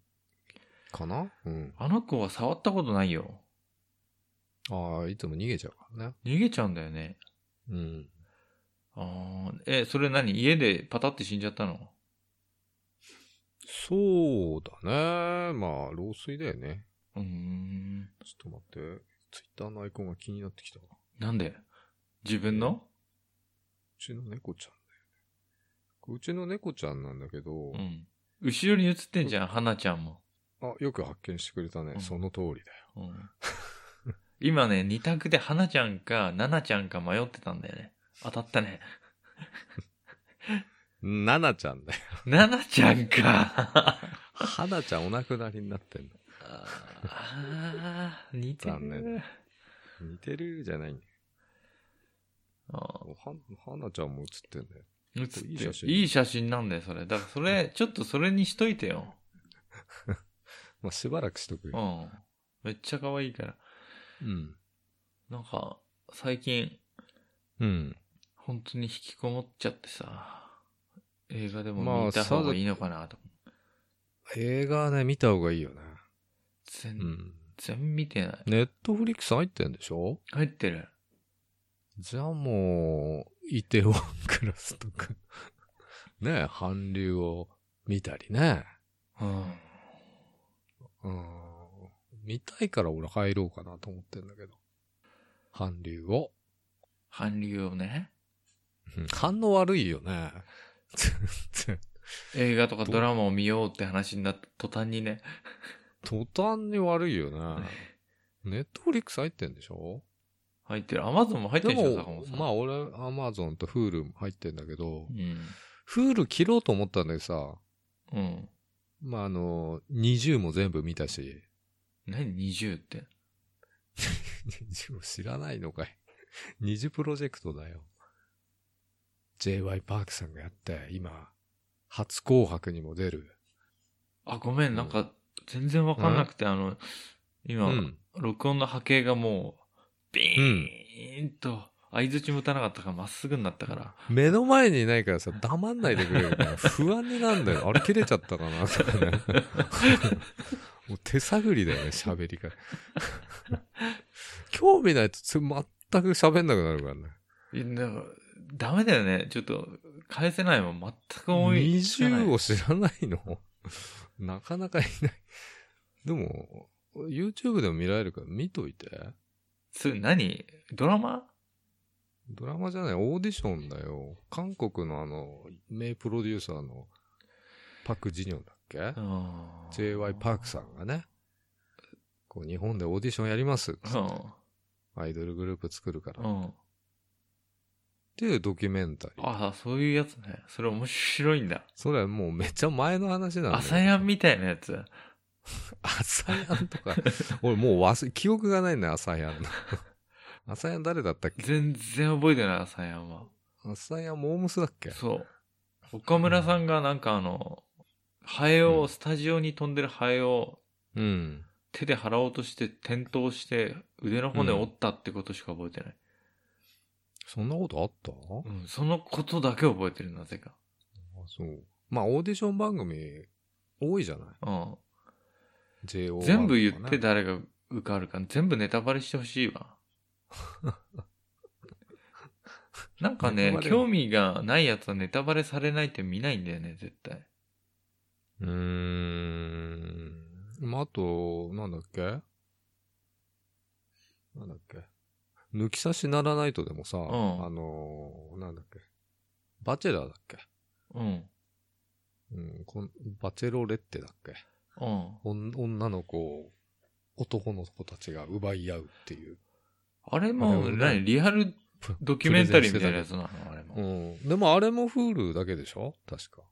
Speaker 2: かなうん。
Speaker 1: あの子は触ったことないよ。
Speaker 2: ああ、いつも逃げちゃうからね。
Speaker 1: 逃げちゃうんだよね。
Speaker 2: うん。
Speaker 1: ああ、え、それ何家でパタって死んじゃったの
Speaker 2: そうだね。まあ、老衰だよね。
Speaker 1: うーん。
Speaker 2: ちょっと待って。ツイッターのアイコンが気になってきたわ。う
Speaker 1: なんで自分の
Speaker 2: ちの猫ちゃんだよね。うちの猫ちゃんなんだけど、
Speaker 1: うん。後ろに写ってんじゃん、花ちゃんも。
Speaker 2: あ、よく発見してくれたね。
Speaker 1: うん
Speaker 2: その通りだよ。
Speaker 1: うん今ね、二択で花ちゃんか、ななちゃんか迷ってたんだよね。当たったね。
Speaker 2: ななちゃんだよ。
Speaker 1: ななちゃんか。
Speaker 2: はなちゃんお亡くなりになってんの。
Speaker 1: あー似て
Speaker 2: 残念
Speaker 1: る。
Speaker 2: 似てるじゃないんだよ。
Speaker 1: あ
Speaker 2: は、はなちゃんも映ってんだよ。
Speaker 1: ー写ってる
Speaker 2: いい写真
Speaker 1: いい写真なんだよ、それ。だからそれ、ちょっとそれにしといてよ。
Speaker 2: まあ、しばらくしとく
Speaker 1: う
Speaker 2: よ。
Speaker 1: ん。めっちゃ可愛いから。
Speaker 2: うん。
Speaker 1: なんか、最近、
Speaker 2: うん。
Speaker 1: 本当に引きこもっちゃってさ、映画で
Speaker 2: まあ
Speaker 1: も見た方がいいのかなと。
Speaker 2: 映画はね、見た方がいいよね。う
Speaker 1: 全
Speaker 2: ん。
Speaker 1: 然見てない。
Speaker 2: ネットフリックス入ってんでしょ
Speaker 1: 入ってる。
Speaker 2: じゃあもう、イテウォンクラスとか。 ねえ、韓流を見たりね。
Speaker 1: うん。
Speaker 2: うん。見たいから俺入ろうかなと思ってんだけど。韓流を。
Speaker 1: 韓流をね。
Speaker 2: うん反応悪いよね。全
Speaker 1: 映画とかドラマを見ようって話になった途端にね。
Speaker 2: 然。途端に悪いよね。ネットフリックス入ってんでしょ
Speaker 1: 入ってる。アマゾンも入って
Speaker 2: で
Speaker 1: るでしょ、坂
Speaker 2: も
Speaker 1: 本さ、ん。
Speaker 2: まあ俺、アマゾンとフールも入ってんだけど、
Speaker 1: うん。
Speaker 2: フール切ろうと思ったんだけどさ、
Speaker 1: うん。
Speaker 2: まああの、20も全部見たし、
Speaker 1: 何 ?20 って。
Speaker 2: 20も知らないのかい。20プロジェクトだよ。J.Y. パークさんがやって、今、初紅白にも出る。
Speaker 1: あ、ごめ、
Speaker 2: うんん
Speaker 1: なんか、全然わかんなくて、あの、
Speaker 2: う
Speaker 1: 今、
Speaker 2: ん。
Speaker 1: 録音の波形がもう、ビーンと、相づちも打たなかったから、まっすぐになったから。
Speaker 2: 目の前にいないからさ、黙んないでくれるから、不安になんだよ。あれ切れちゃったかな とかね。もう手探りだよね、喋りが。 興味ないとつ全く喋んなくなるからね。
Speaker 1: いやなんかダメだよね。ちょっと、返せないもん。全く思いつかない。
Speaker 2: 20を知らないの なかなかいない。でも、YouTube でも見られるから見といて。
Speaker 1: それ何ドラマ
Speaker 2: ドラマじゃない、オーディションだよ。韓国のあの、名プロデューサーのパク・ジニョンだっけ、
Speaker 1: あー
Speaker 2: ?J.Y. パークさんがね、こう日本でオーディションやります。アイドルグループ作るか
Speaker 1: う
Speaker 2: ら。っ
Speaker 1: ん。うん。
Speaker 2: ていうドキュメンタリー。
Speaker 1: ああ、そういうやつね。それ面白いんだ。
Speaker 2: それはもうめっちゃ前の話なんだよ。
Speaker 1: 朝やんみたいなやつ。
Speaker 2: 朝やんとか、 俺もう忘れ、記憶がないんだよ、朝 やんの。朝やん誰だったっけ
Speaker 1: 全然覚えてない、朝やんは。
Speaker 2: 朝やんモームスだっけ
Speaker 1: そう。岡村さんがなんかあの、ハエを、
Speaker 2: うん
Speaker 1: スタジオに飛んでるハエを
Speaker 2: うん。
Speaker 1: 手で払おうとして転倒して腕の骨を折ったってことしか覚えてない。
Speaker 2: そんなことあった、あ
Speaker 1: うん、そのことだけ覚えてる、なぜか。
Speaker 2: そう。まあ、オーディション番組多いじゃない
Speaker 1: うん。
Speaker 2: ?JO、
Speaker 1: 全部言って。誰が受かるか、全部ネタバレしてほしい わ。なんかね
Speaker 2: ネタ、バレ
Speaker 1: 興味がないやつはネタバレされないって見ないんだよね、絶対。
Speaker 2: うーん。まあ、あと、なんだっけなんだっけ抜き差しならないとでもさ、あのーなんだっけバチェラーだっけ
Speaker 1: うん。
Speaker 2: うん、こんバチェロレッテだっけ
Speaker 1: うん。
Speaker 2: おん女の子を男の子たちが奪い合うっていう。
Speaker 1: あれも、
Speaker 2: あれもね
Speaker 1: 何リアル
Speaker 2: プ
Speaker 1: ドキュメンタリーみたいなやつなのあれも。
Speaker 2: うん。でもあれも Hulu だけでしょ確か。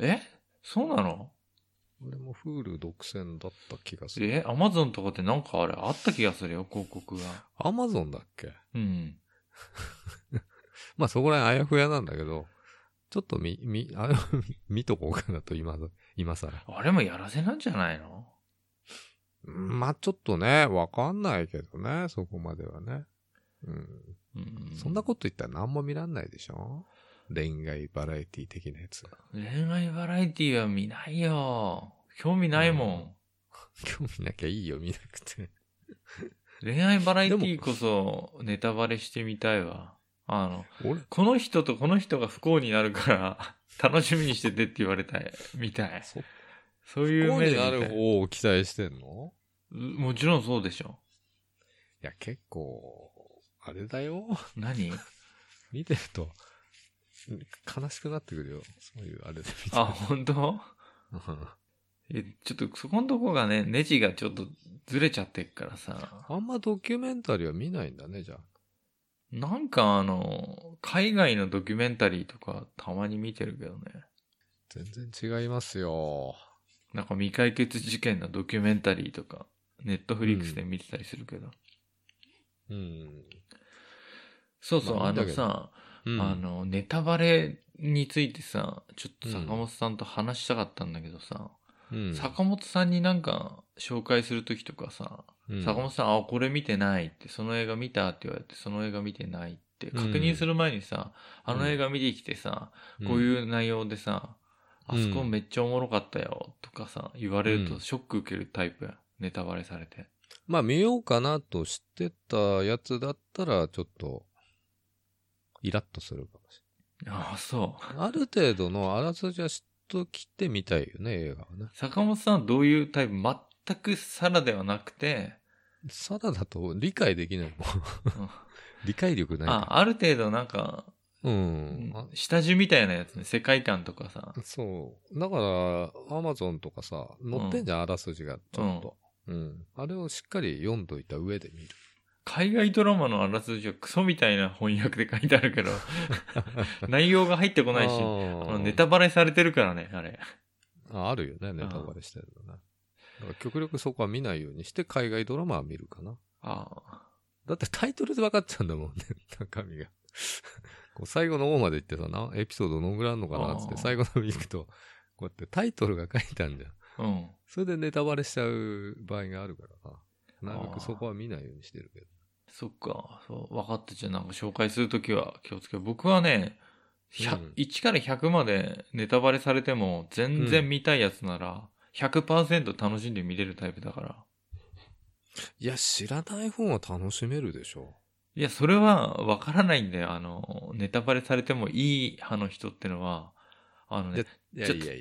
Speaker 1: えそうなの
Speaker 2: あれも Hulu 独占だった気がする。
Speaker 1: え、アマゾンとかってなんかあれあった気がするよ、広告が。
Speaker 2: Amazon だっけ
Speaker 1: うん。
Speaker 2: まあそこら辺あやふやなんだけど、ちょっとみ、み、あ 見とこうかなと今の、今さら。
Speaker 1: あれもやらせなんじゃないの
Speaker 2: うんまあちょっとね、わかんないけどね、そこまではね。うん。
Speaker 1: うん。
Speaker 2: そんなこと言ったら何も見らんないでしょ恋愛バラエティ的なやつ。
Speaker 1: 恋愛バラエティは見ないよ。興味ないもん。
Speaker 2: 興味なきゃいいよ、見なくて。
Speaker 1: 恋愛バラエティこそネタバレしてみたいわ。あの、
Speaker 2: 俺、
Speaker 1: この人とこの人が不幸になるから、 楽しみにしててって言われたい、みたい。
Speaker 2: そ
Speaker 1: そう
Speaker 2: 不
Speaker 1: いう
Speaker 2: 幸
Speaker 1: 目で
Speaker 2: に
Speaker 1: 見た
Speaker 2: ないる方を期待してんの
Speaker 1: もちろんそうでしょ。
Speaker 2: いや、結構、あれだよ。
Speaker 1: 何
Speaker 2: 見てると、ん悲しくなってくるよ。そういうあれで見て
Speaker 1: あ、本当
Speaker 2: ると。
Speaker 1: えちょっとそこのとこがね、ネジがちょっとずれちゃってっからさ。
Speaker 2: あんまドキュメンタリーは見ないんだね、じゃあ。
Speaker 1: なんかあの、海外のドキュメンタリーとかたまに見てるけどね。
Speaker 2: 全然違いますよ。
Speaker 1: なんか未解決事件のドキュメンタリーとか、ネットフリックスで見てたりするけど。
Speaker 2: うん。
Speaker 1: そうそう、
Speaker 2: まあ
Speaker 1: あ
Speaker 2: 見た
Speaker 1: の
Speaker 2: けど
Speaker 1: さ、
Speaker 2: うん
Speaker 1: あ、の、ネタバレについてさ、ちょっと坂
Speaker 2: う
Speaker 1: 本さんと話したかったんだけどさ、
Speaker 2: うん
Speaker 1: 坂本さんになんか紹介するときとかさ、
Speaker 2: うん
Speaker 1: 坂本さん、あ、これ見てないって、その映画見たって言われて、その映画見てないって、確認する前にさ、
Speaker 2: うん
Speaker 1: あの映画見てきてさ、こういうう内容でさ、
Speaker 2: うん
Speaker 1: あそこめっちゃおもろかったよとかさ、言われる
Speaker 2: う
Speaker 1: と
Speaker 2: ん
Speaker 1: ショック受けるタイプや。ネタバレされて。
Speaker 2: まあ見ようかなと知ってたやつだったら、ちょっと、イラッとするかもし
Speaker 1: ああ、そう。
Speaker 2: れない。ある程度のあらすじは知っときてみたいよね、映画はね。
Speaker 1: 坂本さんはどういうタイプ全くサラではなくて、
Speaker 2: サラだと理解できないもん。
Speaker 1: うん
Speaker 2: 理解力ない
Speaker 1: あ
Speaker 2: か
Speaker 1: ある程度なんか、
Speaker 2: うん。あ
Speaker 1: 下地みたいなやつね、世界観とかさ。
Speaker 2: そう。だから、アマゾンとかさ、載ってんじゃん、あらすじが、ちょっと。うん。あれをしっかり読んどいた上で見る。
Speaker 1: 海外ドラマのあらすじはクソみたいな翻訳で書いてあ るけど、内容が入ってこないし、あの
Speaker 2: し
Speaker 1: ネタバレされてるからね、あれ。
Speaker 2: ああるよね、ネタバレしてるのね。だから極力そこは見ないようにして、海外ドラマは見るかな。
Speaker 1: あ
Speaker 2: だってタイトルで分かっちゃうんだもんね、 中身が。こう最後の方まで行ってさ、なエピソードどのぐらいあるのかなっつっ
Speaker 1: あ
Speaker 2: て、
Speaker 1: ー
Speaker 2: 最後の方に行くと、こうやってタイトルが書いてあるじゃん。
Speaker 1: あ、うん。
Speaker 2: それでネタバレしちゃう場合があるからな。なるべくそこは見ないようにしてるけど。
Speaker 1: そっか、そう、分かった。じゃあなんか紹介するときは気をつけよう。僕はね、100
Speaker 2: うん
Speaker 1: 1から100までネタバレされても全然見たいやつなら100%楽しんで見れるタイプだから。
Speaker 2: いや、知らない方は楽しめるでしょ。
Speaker 1: いや、それは分からないんだよ。あの、ネタバレされてもいい派の人ってのは、あのね、
Speaker 2: い
Speaker 1: やいやい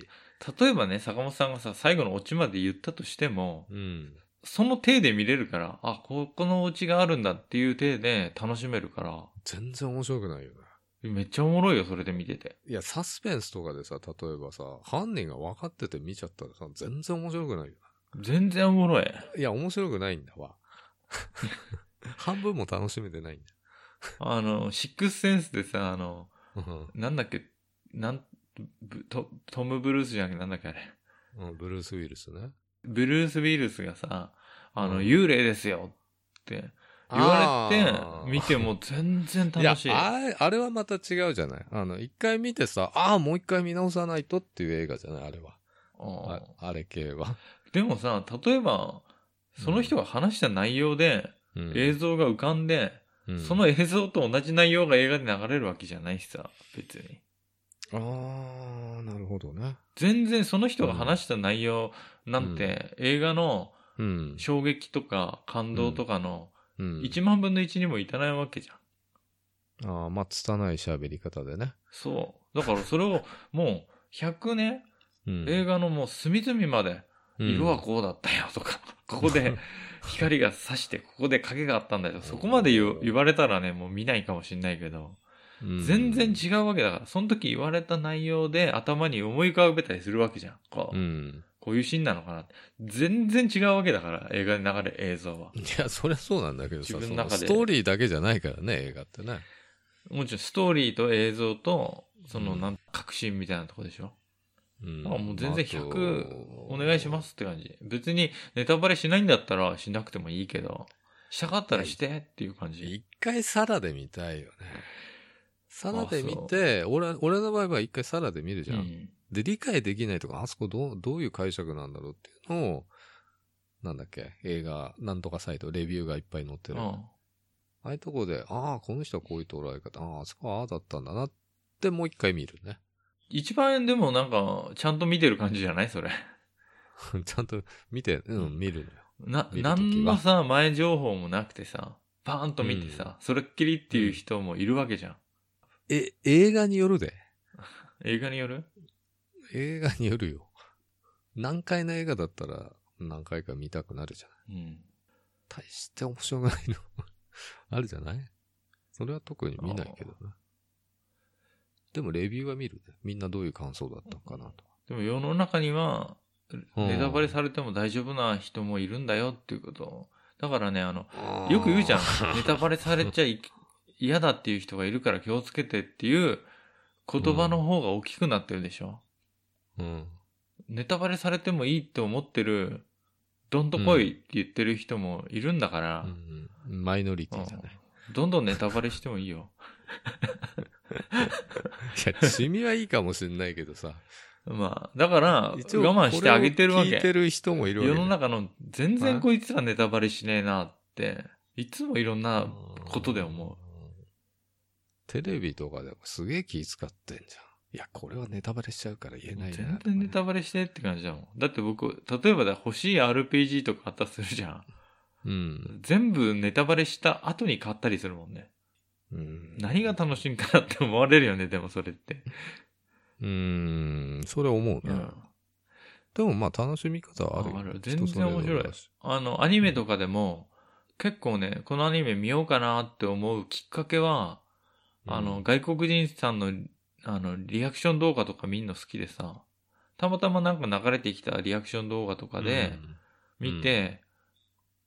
Speaker 1: 例えばね、坂本さんがさ、最後のオチまで言ったとしても、
Speaker 2: うん。
Speaker 1: その体で見れるから、あ、ここのオチがあるんだっていう体で楽しめるから、
Speaker 2: 全然面白くないよね。
Speaker 1: めっちゃおもろいよ、それで見てて。
Speaker 2: いや、サスペンスとかでさ、例えばさ、犯人が分かってて見ちゃったらさ、全然面白くないよ。
Speaker 1: 全然おもろい。
Speaker 2: いや、面白くないんだ わ。半分も楽しめてないんだ。
Speaker 1: あの、シックスセンスでさ、あの、
Speaker 2: うん
Speaker 1: なんだっけ、なん、ブトトム・ブルースじゃなくてなんだっけあれ。
Speaker 2: うん、ブルース・ウィルスね。
Speaker 1: ブルース・ウィルスがさ、あの、
Speaker 2: うん
Speaker 1: 幽霊ですよって言われ
Speaker 2: あ
Speaker 1: て、
Speaker 2: ー
Speaker 1: 見ても全然楽しい。
Speaker 2: いやあれ、あれはまた違うじゃない。あの、一回見てさ、ああ、もう一回見直さないとっていう映画じゃない、あれは。
Speaker 1: うん
Speaker 2: ああれ系は。
Speaker 1: でもさ、例えば、その人が話した内容で、
Speaker 2: うん
Speaker 1: 映像が浮かんで、
Speaker 2: うん
Speaker 1: その映像と同じ内容が映画で流れるわけじゃないしさ、別に。
Speaker 2: ああ、なるほどね。
Speaker 1: 全然その人が話した内容なんて、映画の
Speaker 2: うん。
Speaker 1: 衝撃とか感動とかの
Speaker 2: うん、
Speaker 1: 1万分の1にもいかないわけじゃん。
Speaker 2: ああ、まあ、拙い喋り方でね。
Speaker 1: そう。だからそれをもう100ね、
Speaker 2: うん
Speaker 1: 映画のもう隅々まで、色はこうだったよと か、ここで光が差して、ここで影があったんだよ。そこまで言う言われたらね、もう見ないかもしんないけど、
Speaker 2: うん
Speaker 1: 全然違うわけだから、その時言われた内容で頭に思い浮かべたりするわけじゃん。こう、
Speaker 2: うん。
Speaker 1: こういうシーンなのかなって。全然違うわけだから、映画に流れ、映像は。
Speaker 2: いや、そりゃそうなんだけどさ、
Speaker 1: 自
Speaker 2: そ
Speaker 1: 分の
Speaker 2: の
Speaker 1: 中
Speaker 2: ス
Speaker 1: で
Speaker 2: トーリーだけじゃないからね、映画ってね。
Speaker 1: もちろんストーリーと映像と、その、
Speaker 2: うん
Speaker 1: なん、革新みたいなとこでしょ、
Speaker 2: うん
Speaker 1: あもう全然
Speaker 2: あ
Speaker 1: 100
Speaker 2: と
Speaker 1: お願いしますって感じ。別にネタバレしないんだったらしなくてもいいけど、したかったらしてっていう感じ。
Speaker 2: 一回サラで見たいよね。サラで見て、俺、俺の場合は一回サラで見るじ
Speaker 1: う
Speaker 2: ゃん。
Speaker 1: ん。
Speaker 2: で、理解できないとか、あそこどう、どういう解釈なんだろうっていうのを、なんだっけ、映画、なんとかサイト、レビューがいっぱい載って
Speaker 1: う
Speaker 2: る。あ
Speaker 1: ん。
Speaker 2: あいうとこで、ああ、この人はこういう捉え方、ああ、あそこはああだったんだなって、もう一回見るね。
Speaker 1: 一番でもなんか、ちゃんと見てる感じじゃないそれ。
Speaker 2: ちゃんと見て、う
Speaker 1: うん
Speaker 2: ん、見るのよ。
Speaker 1: な、
Speaker 2: 見るときは
Speaker 1: 何のさ、前情報もなくてさ、バーンと見てさ、それっきりっていう人もいるわけじゃん。
Speaker 2: え、映画によるで。
Speaker 1: 映画による
Speaker 2: 映画によるよ。難解な映画だったら、何回か見たくなるじゃん。
Speaker 1: うん。
Speaker 2: 大して面白くないの あるじゃないそれは特に見ないけどな。でもレビューは見るね。みんなどういう感想だったのかなと。
Speaker 1: でも世の中には、
Speaker 2: うん
Speaker 1: ネタバレされても大丈夫な人もいるんだよっていうこと。だからね、あの、よく言 うじゃん。ネタバレされちゃい嫌だっていう人がいるから気をつけてっていう言葉の方が大きくなってるでしょ。
Speaker 2: うん。
Speaker 1: ネタバレされてもいいって思ってる、どんと来いって言ってる人もいるんだから、
Speaker 2: うん。マイノリティじゃない。い
Speaker 1: どんどんネタバレしてもいいよ。
Speaker 2: や、シミはいいかもしんないけどさ。
Speaker 1: まあ、だから、我
Speaker 2: 一応
Speaker 1: 慢してあげてるわ
Speaker 2: これを聞い
Speaker 1: け
Speaker 2: て。る人もいるわけ
Speaker 1: 世
Speaker 2: ね
Speaker 1: の中の全
Speaker 2: は
Speaker 1: 然
Speaker 2: い
Speaker 1: こいつらネタバレしねえなって、いつもいろんなことで思う。
Speaker 2: テレビとかでもすげえ気使ってんじゃん。いや、これはネタバレしちゃうから言えないなとかね
Speaker 1: 全然ネタバレしてって感じだもん。だって僕、例えばだ欲しい RPG とか買ったとするじゃん。
Speaker 2: うん。
Speaker 1: 全部ネタバレした後に買ったりするもんね。
Speaker 2: うん。
Speaker 1: 何が楽しいんかなって思われるよね、でもそれって。
Speaker 2: うん。それ思うね。
Speaker 1: うん。
Speaker 2: でもまあ楽しみ方はあるよ
Speaker 1: ある全
Speaker 2: 人それぞれ
Speaker 1: 然面白い
Speaker 2: だし
Speaker 1: あの、アニメとかでも、結構ね、このアニメ見ようかなって思うきっかけは、あの、、外国人さんの、あの、リアクション動画とか見るの好きでさ、たまたまなんか流れてきたリアクション動画とかで、見て、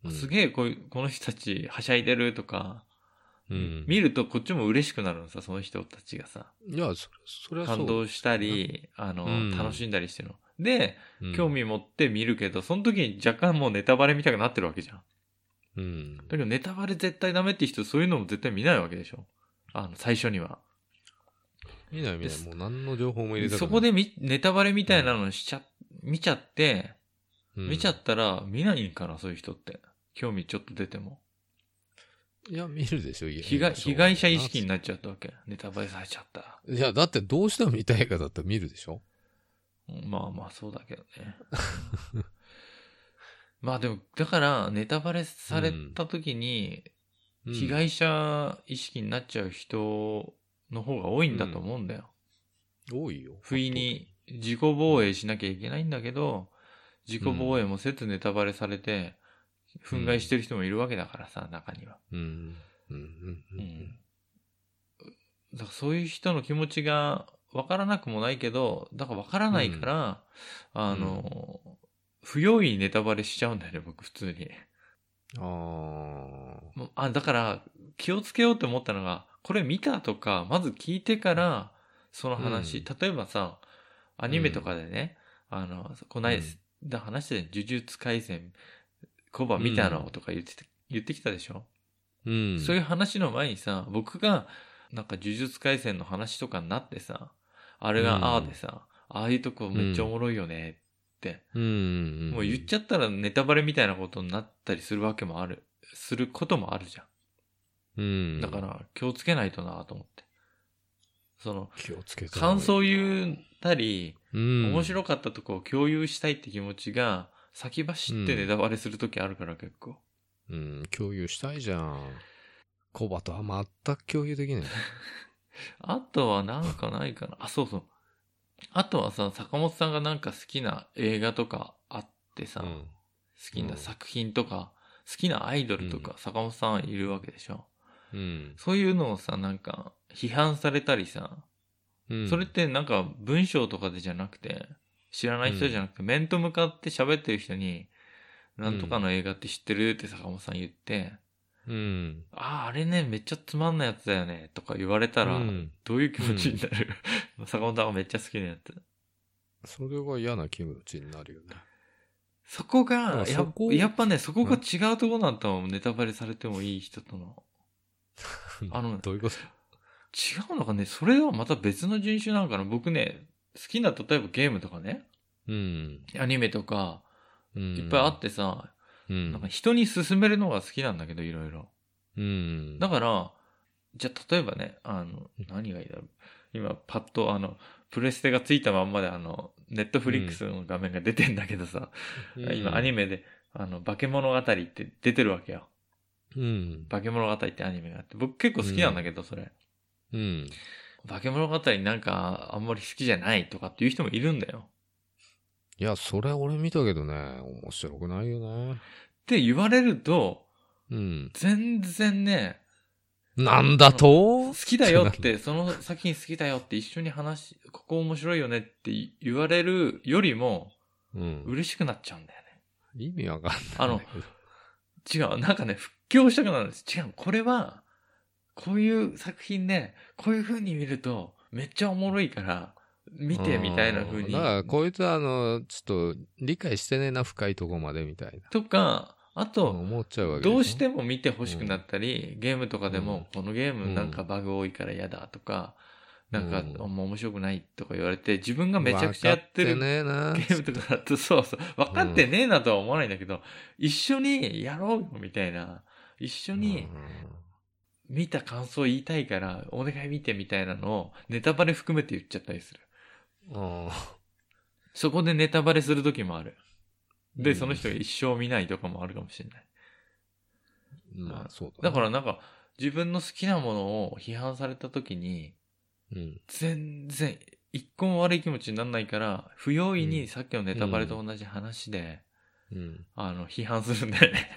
Speaker 2: うん、
Speaker 1: す
Speaker 2: え、
Speaker 1: げえこういうこの人たちはしゃいでるとか、
Speaker 2: うん、
Speaker 1: 見るとこっちも嬉しくなるのさ、その人たちがさ、
Speaker 2: いや、そそれはそう。
Speaker 1: 感動したり、あの、
Speaker 2: うん
Speaker 1: 楽しんだりしてるの。で、
Speaker 2: うん
Speaker 1: 興。味持って見るけど、その時に若干もうネタバレみたくなってるわけじゃん。
Speaker 2: うん。
Speaker 1: だけどネタバレ絶対ダメって人、そういうのも絶対見ないわけでしょ。あの、最初には。
Speaker 2: 見ない見
Speaker 1: で
Speaker 2: ない。
Speaker 1: す
Speaker 2: もう何の情報も入れたくない
Speaker 1: そこで、みネタバレみたいなのしちゃ、見ちゃって、
Speaker 2: うん
Speaker 1: 見ちゃったら見ないんかな、そういう人って。興味ちょっと出ても。
Speaker 2: いや、見るでしょ、
Speaker 1: 被害被害者意識に
Speaker 2: な
Speaker 1: なっちゃったわけ。ネタバレされちゃったら。
Speaker 2: いや、だってどうしても見たいかだったら見るでしょ
Speaker 1: うんまあまあ、そうだけど ね。まあでも、だから、ネタバレされた時に、
Speaker 2: うん
Speaker 1: 被害者意識になっちゃう人の方が多いんだと思うんだよ。
Speaker 2: 多いよ。
Speaker 1: 不意に自己防衛しなきゃいけないんだけど、自己防衛もせずネタバレされて、憤慨してる人もいるわけだからさ、中には。
Speaker 2: うん。うん。うん。う。
Speaker 1: うんん。だからそういう人の気持ちが分からなくもないけど、だから分からないから、あの、不用意にネタバレしちゃうんだよね、僕、普通に。
Speaker 2: あ
Speaker 1: もうあ、だから、気をつけようと思ったのが、これ見たとか、まず聞いてから、その話、
Speaker 2: うん
Speaker 1: 例えばさ、アニメとかでね、あの、こないだ話してた呪術廻戦、コバ見たのとか言ってた、言ってきたでしょ、
Speaker 2: ー。うん。
Speaker 1: そういう話の前にさ、僕が、なんか呪術廻戦の話とかになってさ、あれ
Speaker 2: うん
Speaker 1: がああでさ、ああいうとこめっちゃおもろいよねって、
Speaker 2: うん。うん。
Speaker 1: もう言っ
Speaker 2: ゃ
Speaker 1: ちゃったらネタバレみたいなことになったりするわけもある、することもあるじゃん。
Speaker 2: うん。
Speaker 1: だから気をつけないとなと思って。その、
Speaker 2: 気をつけて。
Speaker 1: 感想言ったり、
Speaker 2: うん。
Speaker 1: 面白かったとこを共有したいって気持ちが、先走ってネタバレするときあるから結構。
Speaker 2: うん。共有したいじゃん。コバとは全く共有できない。
Speaker 1: あとはなんかないかな。あ、そうそう。あとはさ、坂本さんがなんか好きな映画とかあってさ、
Speaker 2: う
Speaker 1: 好
Speaker 2: ん。
Speaker 1: き
Speaker 2: うん
Speaker 1: な作品とか、好きなアイドルとか、坂本さんいるわけでしょ。
Speaker 2: うん
Speaker 1: そういうのをさ、なんか、批判されたりさ、
Speaker 2: うん。
Speaker 1: それってなんか文章とかでじゃなくて、知らない人じゃなくて、面と向かって喋ってる人に、なんとかの映画って知ってるって坂本さん言って、
Speaker 2: うん。
Speaker 1: ああ、あれね、めっちゃつまんないやつだよね、とか言われたら
Speaker 2: う、ん
Speaker 1: どういう気持ちになる、坂本さんがめっちゃ好きなやつ。
Speaker 2: それは嫌な気持ちになるよね。
Speaker 1: そこ
Speaker 2: あ
Speaker 1: が、や
Speaker 2: そこ
Speaker 1: やっぱね、そこが違うとこなんだもん、ネタバレされてもいい人との。あの
Speaker 2: どういうこと
Speaker 1: 違うのかね、それはまた別の人種なのかな。僕ね、好きな、例えばゲームとかね、
Speaker 2: うん。
Speaker 1: アニメとか、
Speaker 2: い
Speaker 1: いっぱいあっ。てさ、
Speaker 2: うん。
Speaker 1: なんか人に勧めるのが好きなんだけど、いろいろ。
Speaker 2: うん。
Speaker 1: だから、じゃあ例えばね、あの、何がいいだろう。今、パッとあの、プレステがついたまんまであの、ネットフリックスの画面が出てんだけどさ、今アニメで、あの、化け物語って出てるわけよ。
Speaker 2: うん。
Speaker 1: 化け物語ってアニメがあって。僕結構好きなんだけど、それ。
Speaker 2: うん。
Speaker 1: 化け物語なんかあんまり好きじゃないとかっていう人もいるんだよ。
Speaker 2: いや、それ俺見たけどね、面白くないよね。
Speaker 1: って言われると、
Speaker 2: うん。
Speaker 1: 全然ね、
Speaker 2: なんだと
Speaker 1: 好きだよって、その作品好きだよって一緒に話し、ここ面白いよねって言われるよりも
Speaker 2: うん。
Speaker 1: 嬉しくなっちゃうんだよね。
Speaker 2: 意味わかんない。
Speaker 1: あの、違う、なんかね、復興したくなるんです。違う、これは、こういう作品ね、こういう風に見るとめっちゃおもろいから、見てみたいな風
Speaker 2: うん
Speaker 1: に
Speaker 2: だ。から、こいつは、あの、ちょっと、理解してねえな、深いとこまで、みたいな。
Speaker 1: とか、あと、
Speaker 2: 思っちゃうわけでしょ
Speaker 1: どうしても見てほしくなったり、ゲームとかでも、このゲー
Speaker 2: う
Speaker 1: ム
Speaker 2: ん
Speaker 1: なんかバグ多いから嫌だとか、なんか、
Speaker 2: うん
Speaker 1: あんま面白くないとか言われて、自分がめちゃくちゃやってる
Speaker 2: わかねえな。
Speaker 1: ゲームとかだと、そうそう、分かってねえなとは思わないんだけど、一緒にやろうよ、みたいな。一緒に見た感想言いたいから、お願い見てみたいなのを、ネタバレ含めて言っちゃったりする。
Speaker 2: うん。
Speaker 1: そこでネタバレする時もある。
Speaker 2: う
Speaker 1: で、
Speaker 2: ん
Speaker 1: その人が一生見ないとかもあるかもしれない。
Speaker 2: うんまあ、そうだ
Speaker 1: だ
Speaker 2: ね
Speaker 1: から、なんか、自分の好きなものを批判された時に、
Speaker 2: うん。
Speaker 1: 全然、一個も悪い気持ちにならないから、不用意にさっきのネタバレと同じ話で、
Speaker 2: うん。
Speaker 1: あの、批判するんだよね。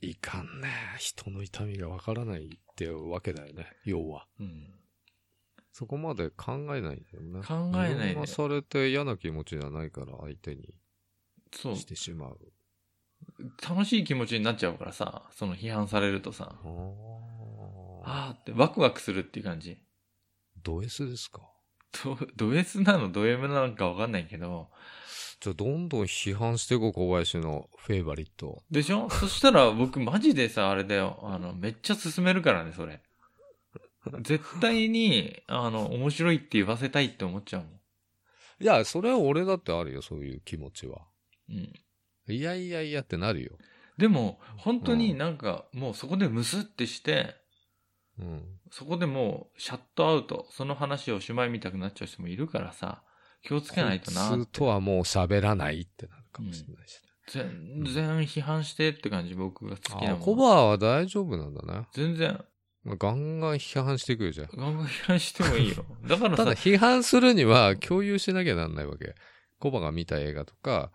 Speaker 2: いかんね。人の痛みがわからないってわけだよね。要は。
Speaker 1: うん。
Speaker 2: そこまで考えないんだよね。
Speaker 1: 考えないね
Speaker 2: 自分がされて嫌な気持ちじゃないから相手に
Speaker 1: そう。
Speaker 2: してしまう。
Speaker 1: 楽しい気持ちになっちゃうからさ、その批判されるとさ、
Speaker 2: あ
Speaker 1: あ
Speaker 2: あ。
Speaker 1: ーってワクワクするっていう感じ。
Speaker 2: ド S ですか。
Speaker 1: ド、ド S なのド M なのかわかんないけど、
Speaker 2: じゃあどんどん批判していこう、小林のフェイバリット。
Speaker 1: でしょそしたら僕マジでさ、あれだよ。あの、めっちゃ進めるからね、それ。絶対に、あの、面白いって言わせたいって思っちゃうも
Speaker 2: いや、それは俺だってあるよ、そういう気持ちは。
Speaker 1: ん。うん。
Speaker 2: いやいやいやってなるよ。
Speaker 1: でも、本当になんか、もうそこでムスってして、
Speaker 2: うん。
Speaker 1: そこでもうシャットアウト、その話をおしまいみたくなっちゃう人もいるからさ、気をつけないとな
Speaker 2: こい
Speaker 1: っ
Speaker 2: つ
Speaker 1: て
Speaker 2: とはもう喋らないってなるかもしれないし、ね
Speaker 1: 全然批判してって感じ、僕が好き
Speaker 2: あ
Speaker 1: な
Speaker 2: あコ
Speaker 1: も
Speaker 2: バ
Speaker 1: の。
Speaker 2: は大丈夫なんだね。
Speaker 1: 全然、
Speaker 2: ガンガン批判していくよ、じゃあ。
Speaker 1: ガンガン批判しても いいよ。だから
Speaker 2: た
Speaker 1: さ
Speaker 2: だ、批判するには共有しなきゃなんないわけ。コバが見た映画とか、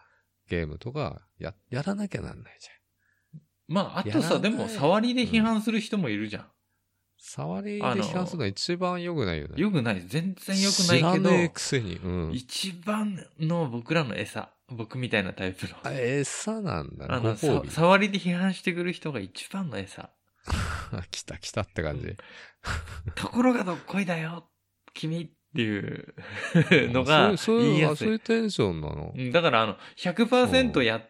Speaker 2: ゲームとか、や、やらなきゃなんないじゃん。
Speaker 1: まあ、あと
Speaker 2: やらな
Speaker 1: さ、
Speaker 2: い
Speaker 1: でも、触りで批判する人もいるじゃん。
Speaker 2: 触りで批判するのは一番良くないよね。
Speaker 1: 良くない。全然良くな
Speaker 2: 知らねえ
Speaker 1: いけ
Speaker 2: くせに。うん
Speaker 1: ど、。一番の僕らの餌。僕みたいなタイプの。
Speaker 2: あ餌なんだ
Speaker 1: あ
Speaker 2: ね。ご
Speaker 1: の、
Speaker 2: 褒
Speaker 1: さ
Speaker 2: 美。
Speaker 1: 触りで批判してくる人が一番の 餌。
Speaker 2: 来た来たって感じ。
Speaker 1: ところがどっこいだよ、君っていう のが
Speaker 2: あそういう、そう
Speaker 1: 言い
Speaker 2: いう、
Speaker 1: や
Speaker 2: あ
Speaker 1: す
Speaker 2: そうい。
Speaker 1: いう
Speaker 2: テンションなの
Speaker 1: う。んだから、あの、100%
Speaker 2: うん
Speaker 1: や、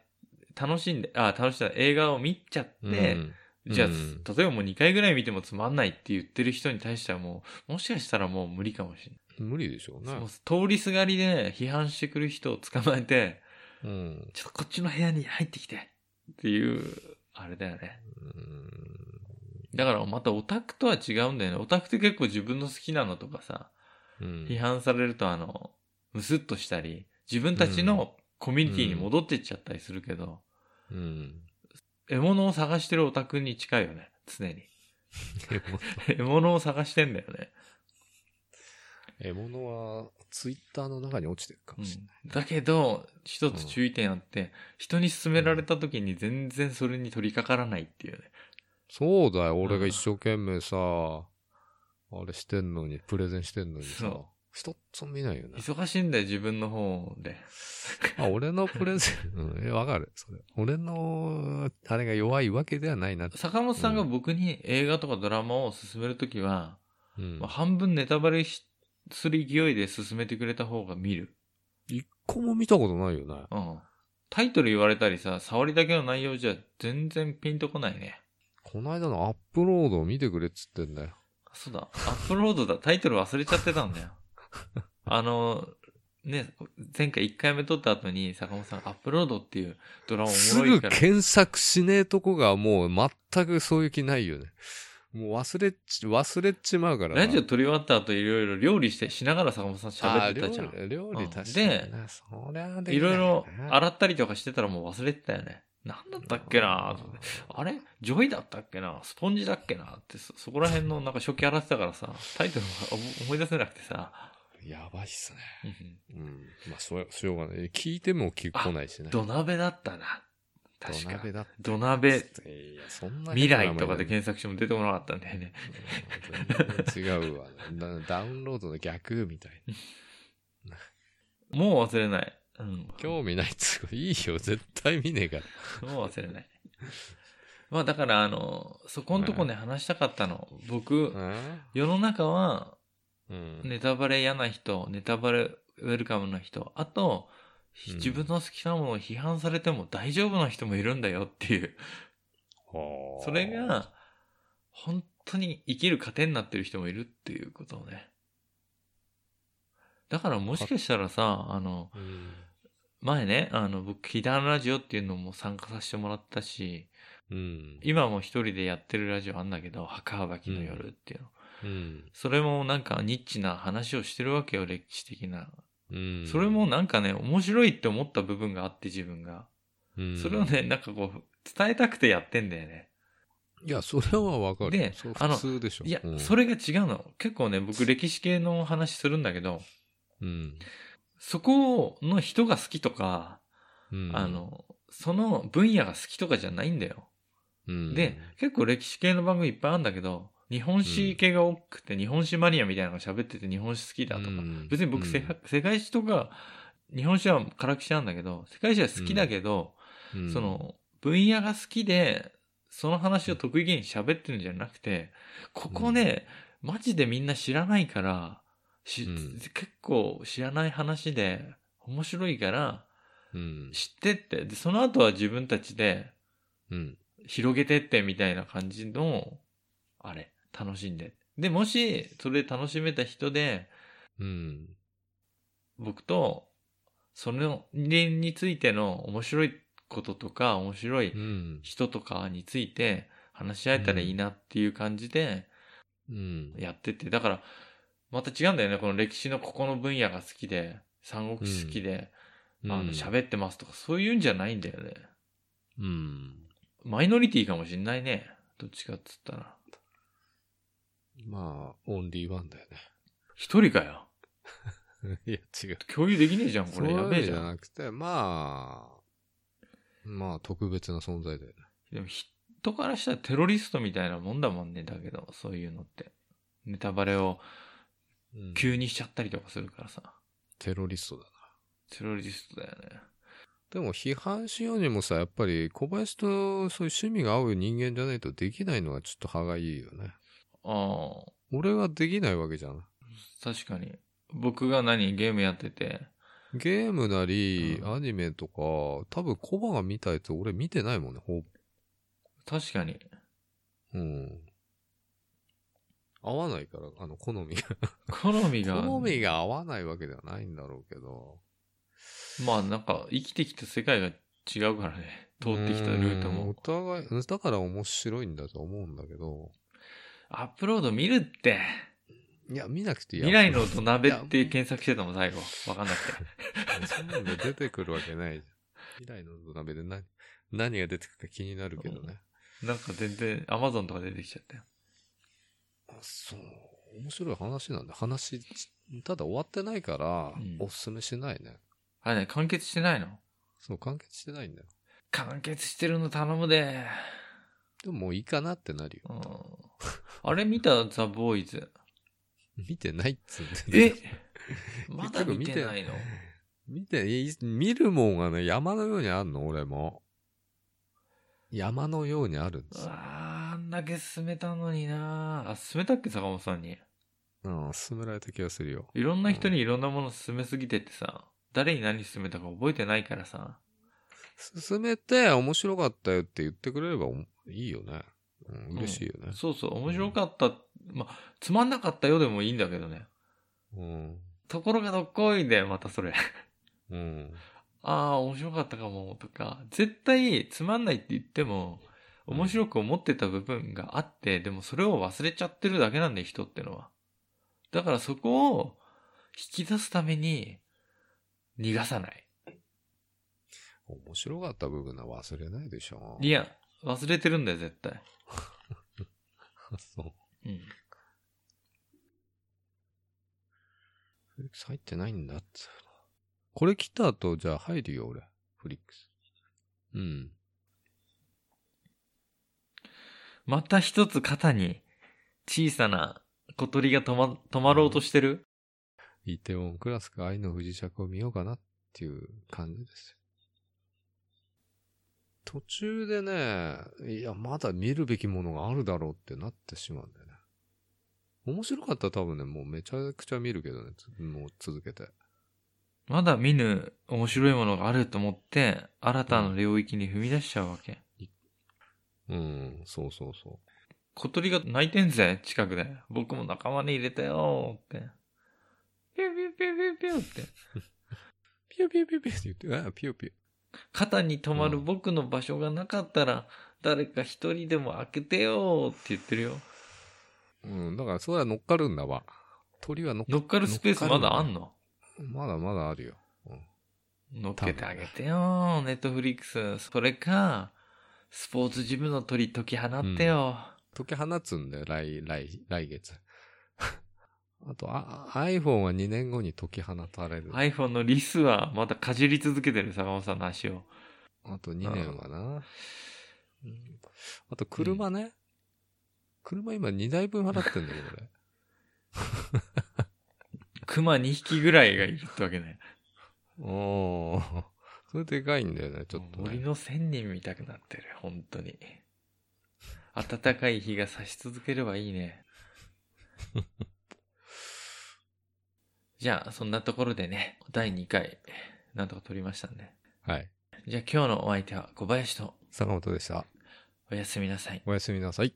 Speaker 1: 楽しんで、あ、楽しんだ映画を見ちゃって、
Speaker 2: うん
Speaker 1: じゃあ、
Speaker 2: うん
Speaker 1: 例えばもう2回ぐらい見てもつまんないって言ってる人に対してはもう、もしかしたらもう無理かもしれない。
Speaker 2: 無理でしょうね。
Speaker 1: そう通りすがりで、ね、批判してくる人を捕まえて、
Speaker 2: うん。
Speaker 1: ちょっとこっちの部屋に入ってきてっていう、あれだよね。だからまたオタクとは違うんだよね。オタクって結構自分の好きなのとかさ、
Speaker 2: うん
Speaker 1: 批判されるとあの、ムスッとしたり、自分たちのコミュニティに戻ってっちゃったりするけど、
Speaker 2: うん。
Speaker 1: 獲物を探してるオタクに近いよね。常に。
Speaker 2: 獲物
Speaker 1: 獲物を探してんだよね。
Speaker 2: 獲物は、ツイッターの中に落ちてるか
Speaker 1: う
Speaker 2: もしれ
Speaker 1: ん、だけど、一つ注意点あって、人に勧められた時に全然それに取り掛からないっていうね。
Speaker 2: ない。そうだよ、俺が一生懸命さ、あれしてんのに、プレゼンしてんのにさ
Speaker 1: そう、
Speaker 2: 一つも見ないよね。
Speaker 1: 忙しいんだよ、自分の方で。
Speaker 2: あ、俺のプレゼン、 うんえ、わかる。それ。俺の、あれが弱いわけではないなって。
Speaker 1: 坂本さんが僕に映画とかドラマを勧めるときは、
Speaker 2: うん
Speaker 1: まあ、半分ネタバレしする勢いで勧めてくれた方が見る。
Speaker 2: 一個も見たことないよね。
Speaker 1: うん。タイトル言われたりさ、触りだけの内容じゃ全然ピンとこないね。
Speaker 2: この間のアップロードを見てくれっつってんだよ。
Speaker 1: あそうだ、アップロードだ、タイトル忘れちゃってた んだよ。あの、ね、前回1回目撮った後に坂本さんアップロードっていうドラマお
Speaker 2: す
Speaker 1: もろ
Speaker 2: ぐ
Speaker 1: いから。
Speaker 2: 検索しねえとこがもう全くそういう気ないよね。もう忘れっち、忘れっちまうからな。
Speaker 1: ラジオ撮り終わった後いろいろ料理して、しながら坂本さん喋ってたじゃ
Speaker 2: あ
Speaker 1: ん。
Speaker 2: ー料理料
Speaker 1: う
Speaker 2: 理
Speaker 1: ん
Speaker 2: 確かに
Speaker 1: で
Speaker 2: な。そりゃで
Speaker 1: い
Speaker 2: きない
Speaker 1: ろい
Speaker 2: な
Speaker 1: ろ洗ったりとかしてたらもう忘れてたよね。なんだったっけなと思ってあれジョイだったっけなスポンジだっけなってそ、そこら辺のなんか初期洗ってたからさ、タイトルが思思い出せなくてさ。
Speaker 2: やばいっすね。
Speaker 1: うん
Speaker 2: うん。まあ、そう、しょうがない。聞いても聞こないしね。
Speaker 1: 土鍋だったな。確
Speaker 2: 土
Speaker 1: か
Speaker 2: 鍋。だっ
Speaker 1: 土
Speaker 2: て。
Speaker 1: 鍋、
Speaker 2: いや、そんな
Speaker 1: 未来とかで
Speaker 2: 変
Speaker 1: 検索しても出てこなかったんだよね。
Speaker 2: な名前だね うん全然違うわな。ダダウンロードの逆みたいな。
Speaker 1: もう忘れない。うん。
Speaker 2: 興味ないっつうかいいよ、絶対見ね えから。
Speaker 1: もう忘れない。 まあだから、あの、そこんとこね、話したかったの。僕、世の中は、
Speaker 2: うん。
Speaker 1: ネタバレ嫌な人、ネタバレウェルカムな人、あと、
Speaker 2: うん
Speaker 1: 自分の好きなものを批判されても大丈夫な人もいるんだよっていう。
Speaker 2: はあ
Speaker 1: それ、が、本当に生きる糧になってる人もいるっていうことをね。だからもしかしたらさ、あの、
Speaker 2: うん
Speaker 1: 前ね、あの、僕、ヒダンラジオっていうのも参加させてもらったし、
Speaker 2: うん。
Speaker 1: 今も一人でやってるラジオあんだけど、墓はばきの夜っていうの。
Speaker 2: うん。
Speaker 1: それもなんかニッチな話をしてるわけよ、歴史的な。
Speaker 2: うん
Speaker 1: それも、なんかね、面白いって思った部分があって自分が。
Speaker 2: うん
Speaker 1: それをね、、なんかこう、伝えたくてやってんだよね。
Speaker 2: いや、それはわかる。
Speaker 1: で
Speaker 2: そう
Speaker 1: あの
Speaker 2: 普通でしょ。
Speaker 1: いや、
Speaker 2: うん
Speaker 1: それが違うの。結構ね、僕歴史系の話するんだけど、
Speaker 2: うん。
Speaker 1: そこの人が好きとか、
Speaker 2: うん
Speaker 1: あ、の、その分野が好きとかじゃないんだよ。
Speaker 2: うん。
Speaker 1: で、結構歴史系の番組いっぱいあるんだけど、日本史系が多くて、日本史マニアみたいなのが喋ってて日本史好きだとか、
Speaker 2: うん
Speaker 1: 別に僕、
Speaker 2: うん
Speaker 1: 世界世界史とか、日本史は辛口なんだけど、世界史は好きだけど、
Speaker 2: うん
Speaker 1: そ、の、分野が好きで、その話を得意げに喋ってるんじゃなくて、ここね、マジでみんな知らないから、し
Speaker 2: うん
Speaker 1: 結構知らない話で面白いから、
Speaker 2: うん。
Speaker 1: 知ってって、で、その後は自分たちで
Speaker 2: うん。
Speaker 1: 広げてってみたいな感じの、あれ、楽しんで。で、もし、それ楽しめた人で、
Speaker 2: うん。
Speaker 1: 僕と、その年についての面白いこととか、面白い
Speaker 2: うん。
Speaker 1: 人とかについて話し合えたらいいなっていう感じで
Speaker 2: うん。
Speaker 1: やってて、だから、また違うんだよね。この歴史のここの分野が好きで、三国志好きで、あの、喋ってますとか、そういうんじゃないんだよね。
Speaker 2: うん。
Speaker 1: マイノリティかもしんないね。どっちかっつったら。
Speaker 2: まあ、オンリーワンだよ
Speaker 1: 一人かよ。
Speaker 2: ね。 いや、違う。
Speaker 1: 共有できねえじゃん、これ。
Speaker 2: そうい
Speaker 1: や
Speaker 2: う
Speaker 1: べえ
Speaker 2: の
Speaker 1: じ
Speaker 2: じ
Speaker 1: ゃ
Speaker 2: ゃ
Speaker 1: ん。
Speaker 2: なくて、まあ、まあ、特別な存在だよね。
Speaker 1: でも人からしたらテロリストみたいなもんだもんね、だけど、そういうのって。ネタバレを
Speaker 2: うん
Speaker 1: 急にしちゃったりとかするからさ。
Speaker 2: テロリストだな。
Speaker 1: テロリストだよね。
Speaker 2: でも、批判しようにもさ、やっぱり、小林とそういう趣味が合う人間じゃないとできないのはちょっと歯がゆいよね。
Speaker 1: ああ、
Speaker 2: 俺はできないわけじゃん。
Speaker 1: 確かに。僕が何ゲームやってて。
Speaker 2: ゲームなり、
Speaker 1: うん
Speaker 2: アニメとか、多分コバが見たやつ俺見てないもんね、ほぼ。
Speaker 1: 確かに。
Speaker 2: うん。合わないから、あの、好みが。
Speaker 1: 好みが。
Speaker 2: 好みが合わないわけではないんだろうけど。
Speaker 1: まあなんか、生きてきた世界が違うからね。通ってきたルート
Speaker 2: うんお
Speaker 1: も。
Speaker 2: 互い、だから面白いんだと思うんだけど。
Speaker 1: アップロード見るって。
Speaker 2: いや、見なくていい。
Speaker 1: 未来の土鍋っ
Speaker 2: い
Speaker 1: て
Speaker 2: や
Speaker 1: 検索してたもん、最後。わかんなくて。
Speaker 2: そんなの出てくるわけないじゃん。未来の土鍋で何、何が出てくるか気になるけどね。
Speaker 1: なんか全然、アマゾンとか出てきちゃったよ。
Speaker 2: あそう。面白い話なんで、話、ただ終わってないから
Speaker 1: うん、
Speaker 2: おすすめしないね。
Speaker 1: あれね、完結してないの
Speaker 2: そう、完結してないんだよ。
Speaker 1: 完結してるの頼むで。
Speaker 2: でももういいかなってなるよ。
Speaker 1: うん。あれ見たザ・ボーイズ。
Speaker 2: 見てないっつうんだよ
Speaker 1: えまだ見てないの
Speaker 2: 見て、い見るもんがね、山のようにあんの、俺も。山のようにあるんですよ。
Speaker 1: あーあんだけ進めたのになあ、進めたっけ坂本さんに。
Speaker 2: うん、勧められた気がするよ。
Speaker 1: いろんな人にいろんなもの進めすぎてってさ、誰に何進めたか覚えてないからさ。
Speaker 2: 勧めて、面白かったよって言ってくれればおいいよね。うん、嬉しいよね。
Speaker 1: そうそう、面白かった。まあ、つまんなかったよでもいいんだけどね。
Speaker 2: うん。
Speaker 1: ところがどっこいで、またそれ。
Speaker 2: うん。
Speaker 1: ああ、面白かったかも、とか。絶対、つまんないって言っても、
Speaker 2: うん
Speaker 1: 面白く思ってた部分があって、でもそれを忘れちゃってるだけなんだよ、人ってのは。だからそこを引き出すために、逃がさない。
Speaker 2: 面白かった部分は忘れないでしょ。
Speaker 1: いや、忘れてるんだよ、絶対。
Speaker 2: そ
Speaker 1: う
Speaker 2: う。
Speaker 1: ん。
Speaker 2: フリックス入ってないんだっつうのこれ来た後、じゃあ入るよ、俺。フリックス。うん。
Speaker 1: また一つ肩に、小さな小鳥が止ま、止まろうとしてる、
Speaker 2: イテウォンクラスか愛の不時着を見ようかなっていう感じですよ。途中でね、いや、まだ見るべきものがあるだろうってなってしまうんだよね。面白かったら多分ね、もうめちゃくちゃ見るけどね、つもう続けて。
Speaker 1: まだ見ぬ面白いものがあると思って、新たな領域に踏み出しちゃうわけ。
Speaker 2: うん、そうそうそ
Speaker 1: 小鳥が泣いてんぜ、近くで。僕も仲間に入れたよーって。ピューピューピューピューピューって。
Speaker 2: う。ピューピューピューピューって言って、あ、ピューピュー。
Speaker 1: 肩に止まる
Speaker 2: うん
Speaker 1: 僕の場所がなかったら、誰か一人でも開けてよーって言ってるよ。
Speaker 2: うん、だからそれは乗っかるんだわ。鳥は乗っか
Speaker 1: 乗っかるスペースまだあんの
Speaker 2: まだまだあるよ。うん
Speaker 1: 乗っけてあげてよー、ネットフリックス。それか、スポーツジムの鳥解き放ってよ。
Speaker 2: 解き放つんだよ、来、来、来月。 あと、あ iPhone は2年後に解き放たれる。
Speaker 1: iPhone のリスはまだかじり続けてる坂本さんの足を。
Speaker 2: あと2年はな。うんあと、車ね。車今2台分払ってんだけど、 俺。
Speaker 1: 熊2匹ぐらいがいるってわけね。
Speaker 2: おー。 それでかいんだよね、ちょっと
Speaker 1: 森
Speaker 2: ね。
Speaker 1: の仙人みたくなってる、本当に。暖かい日が差し続ければいいね。 じゃあ、そんなところでね、第2回、なんとか撮りましたんで。
Speaker 2: はい。
Speaker 1: じゃあ今日のお相手は小林と
Speaker 2: 坂本でした。
Speaker 1: おやすみなさい。
Speaker 2: おやすみなさい。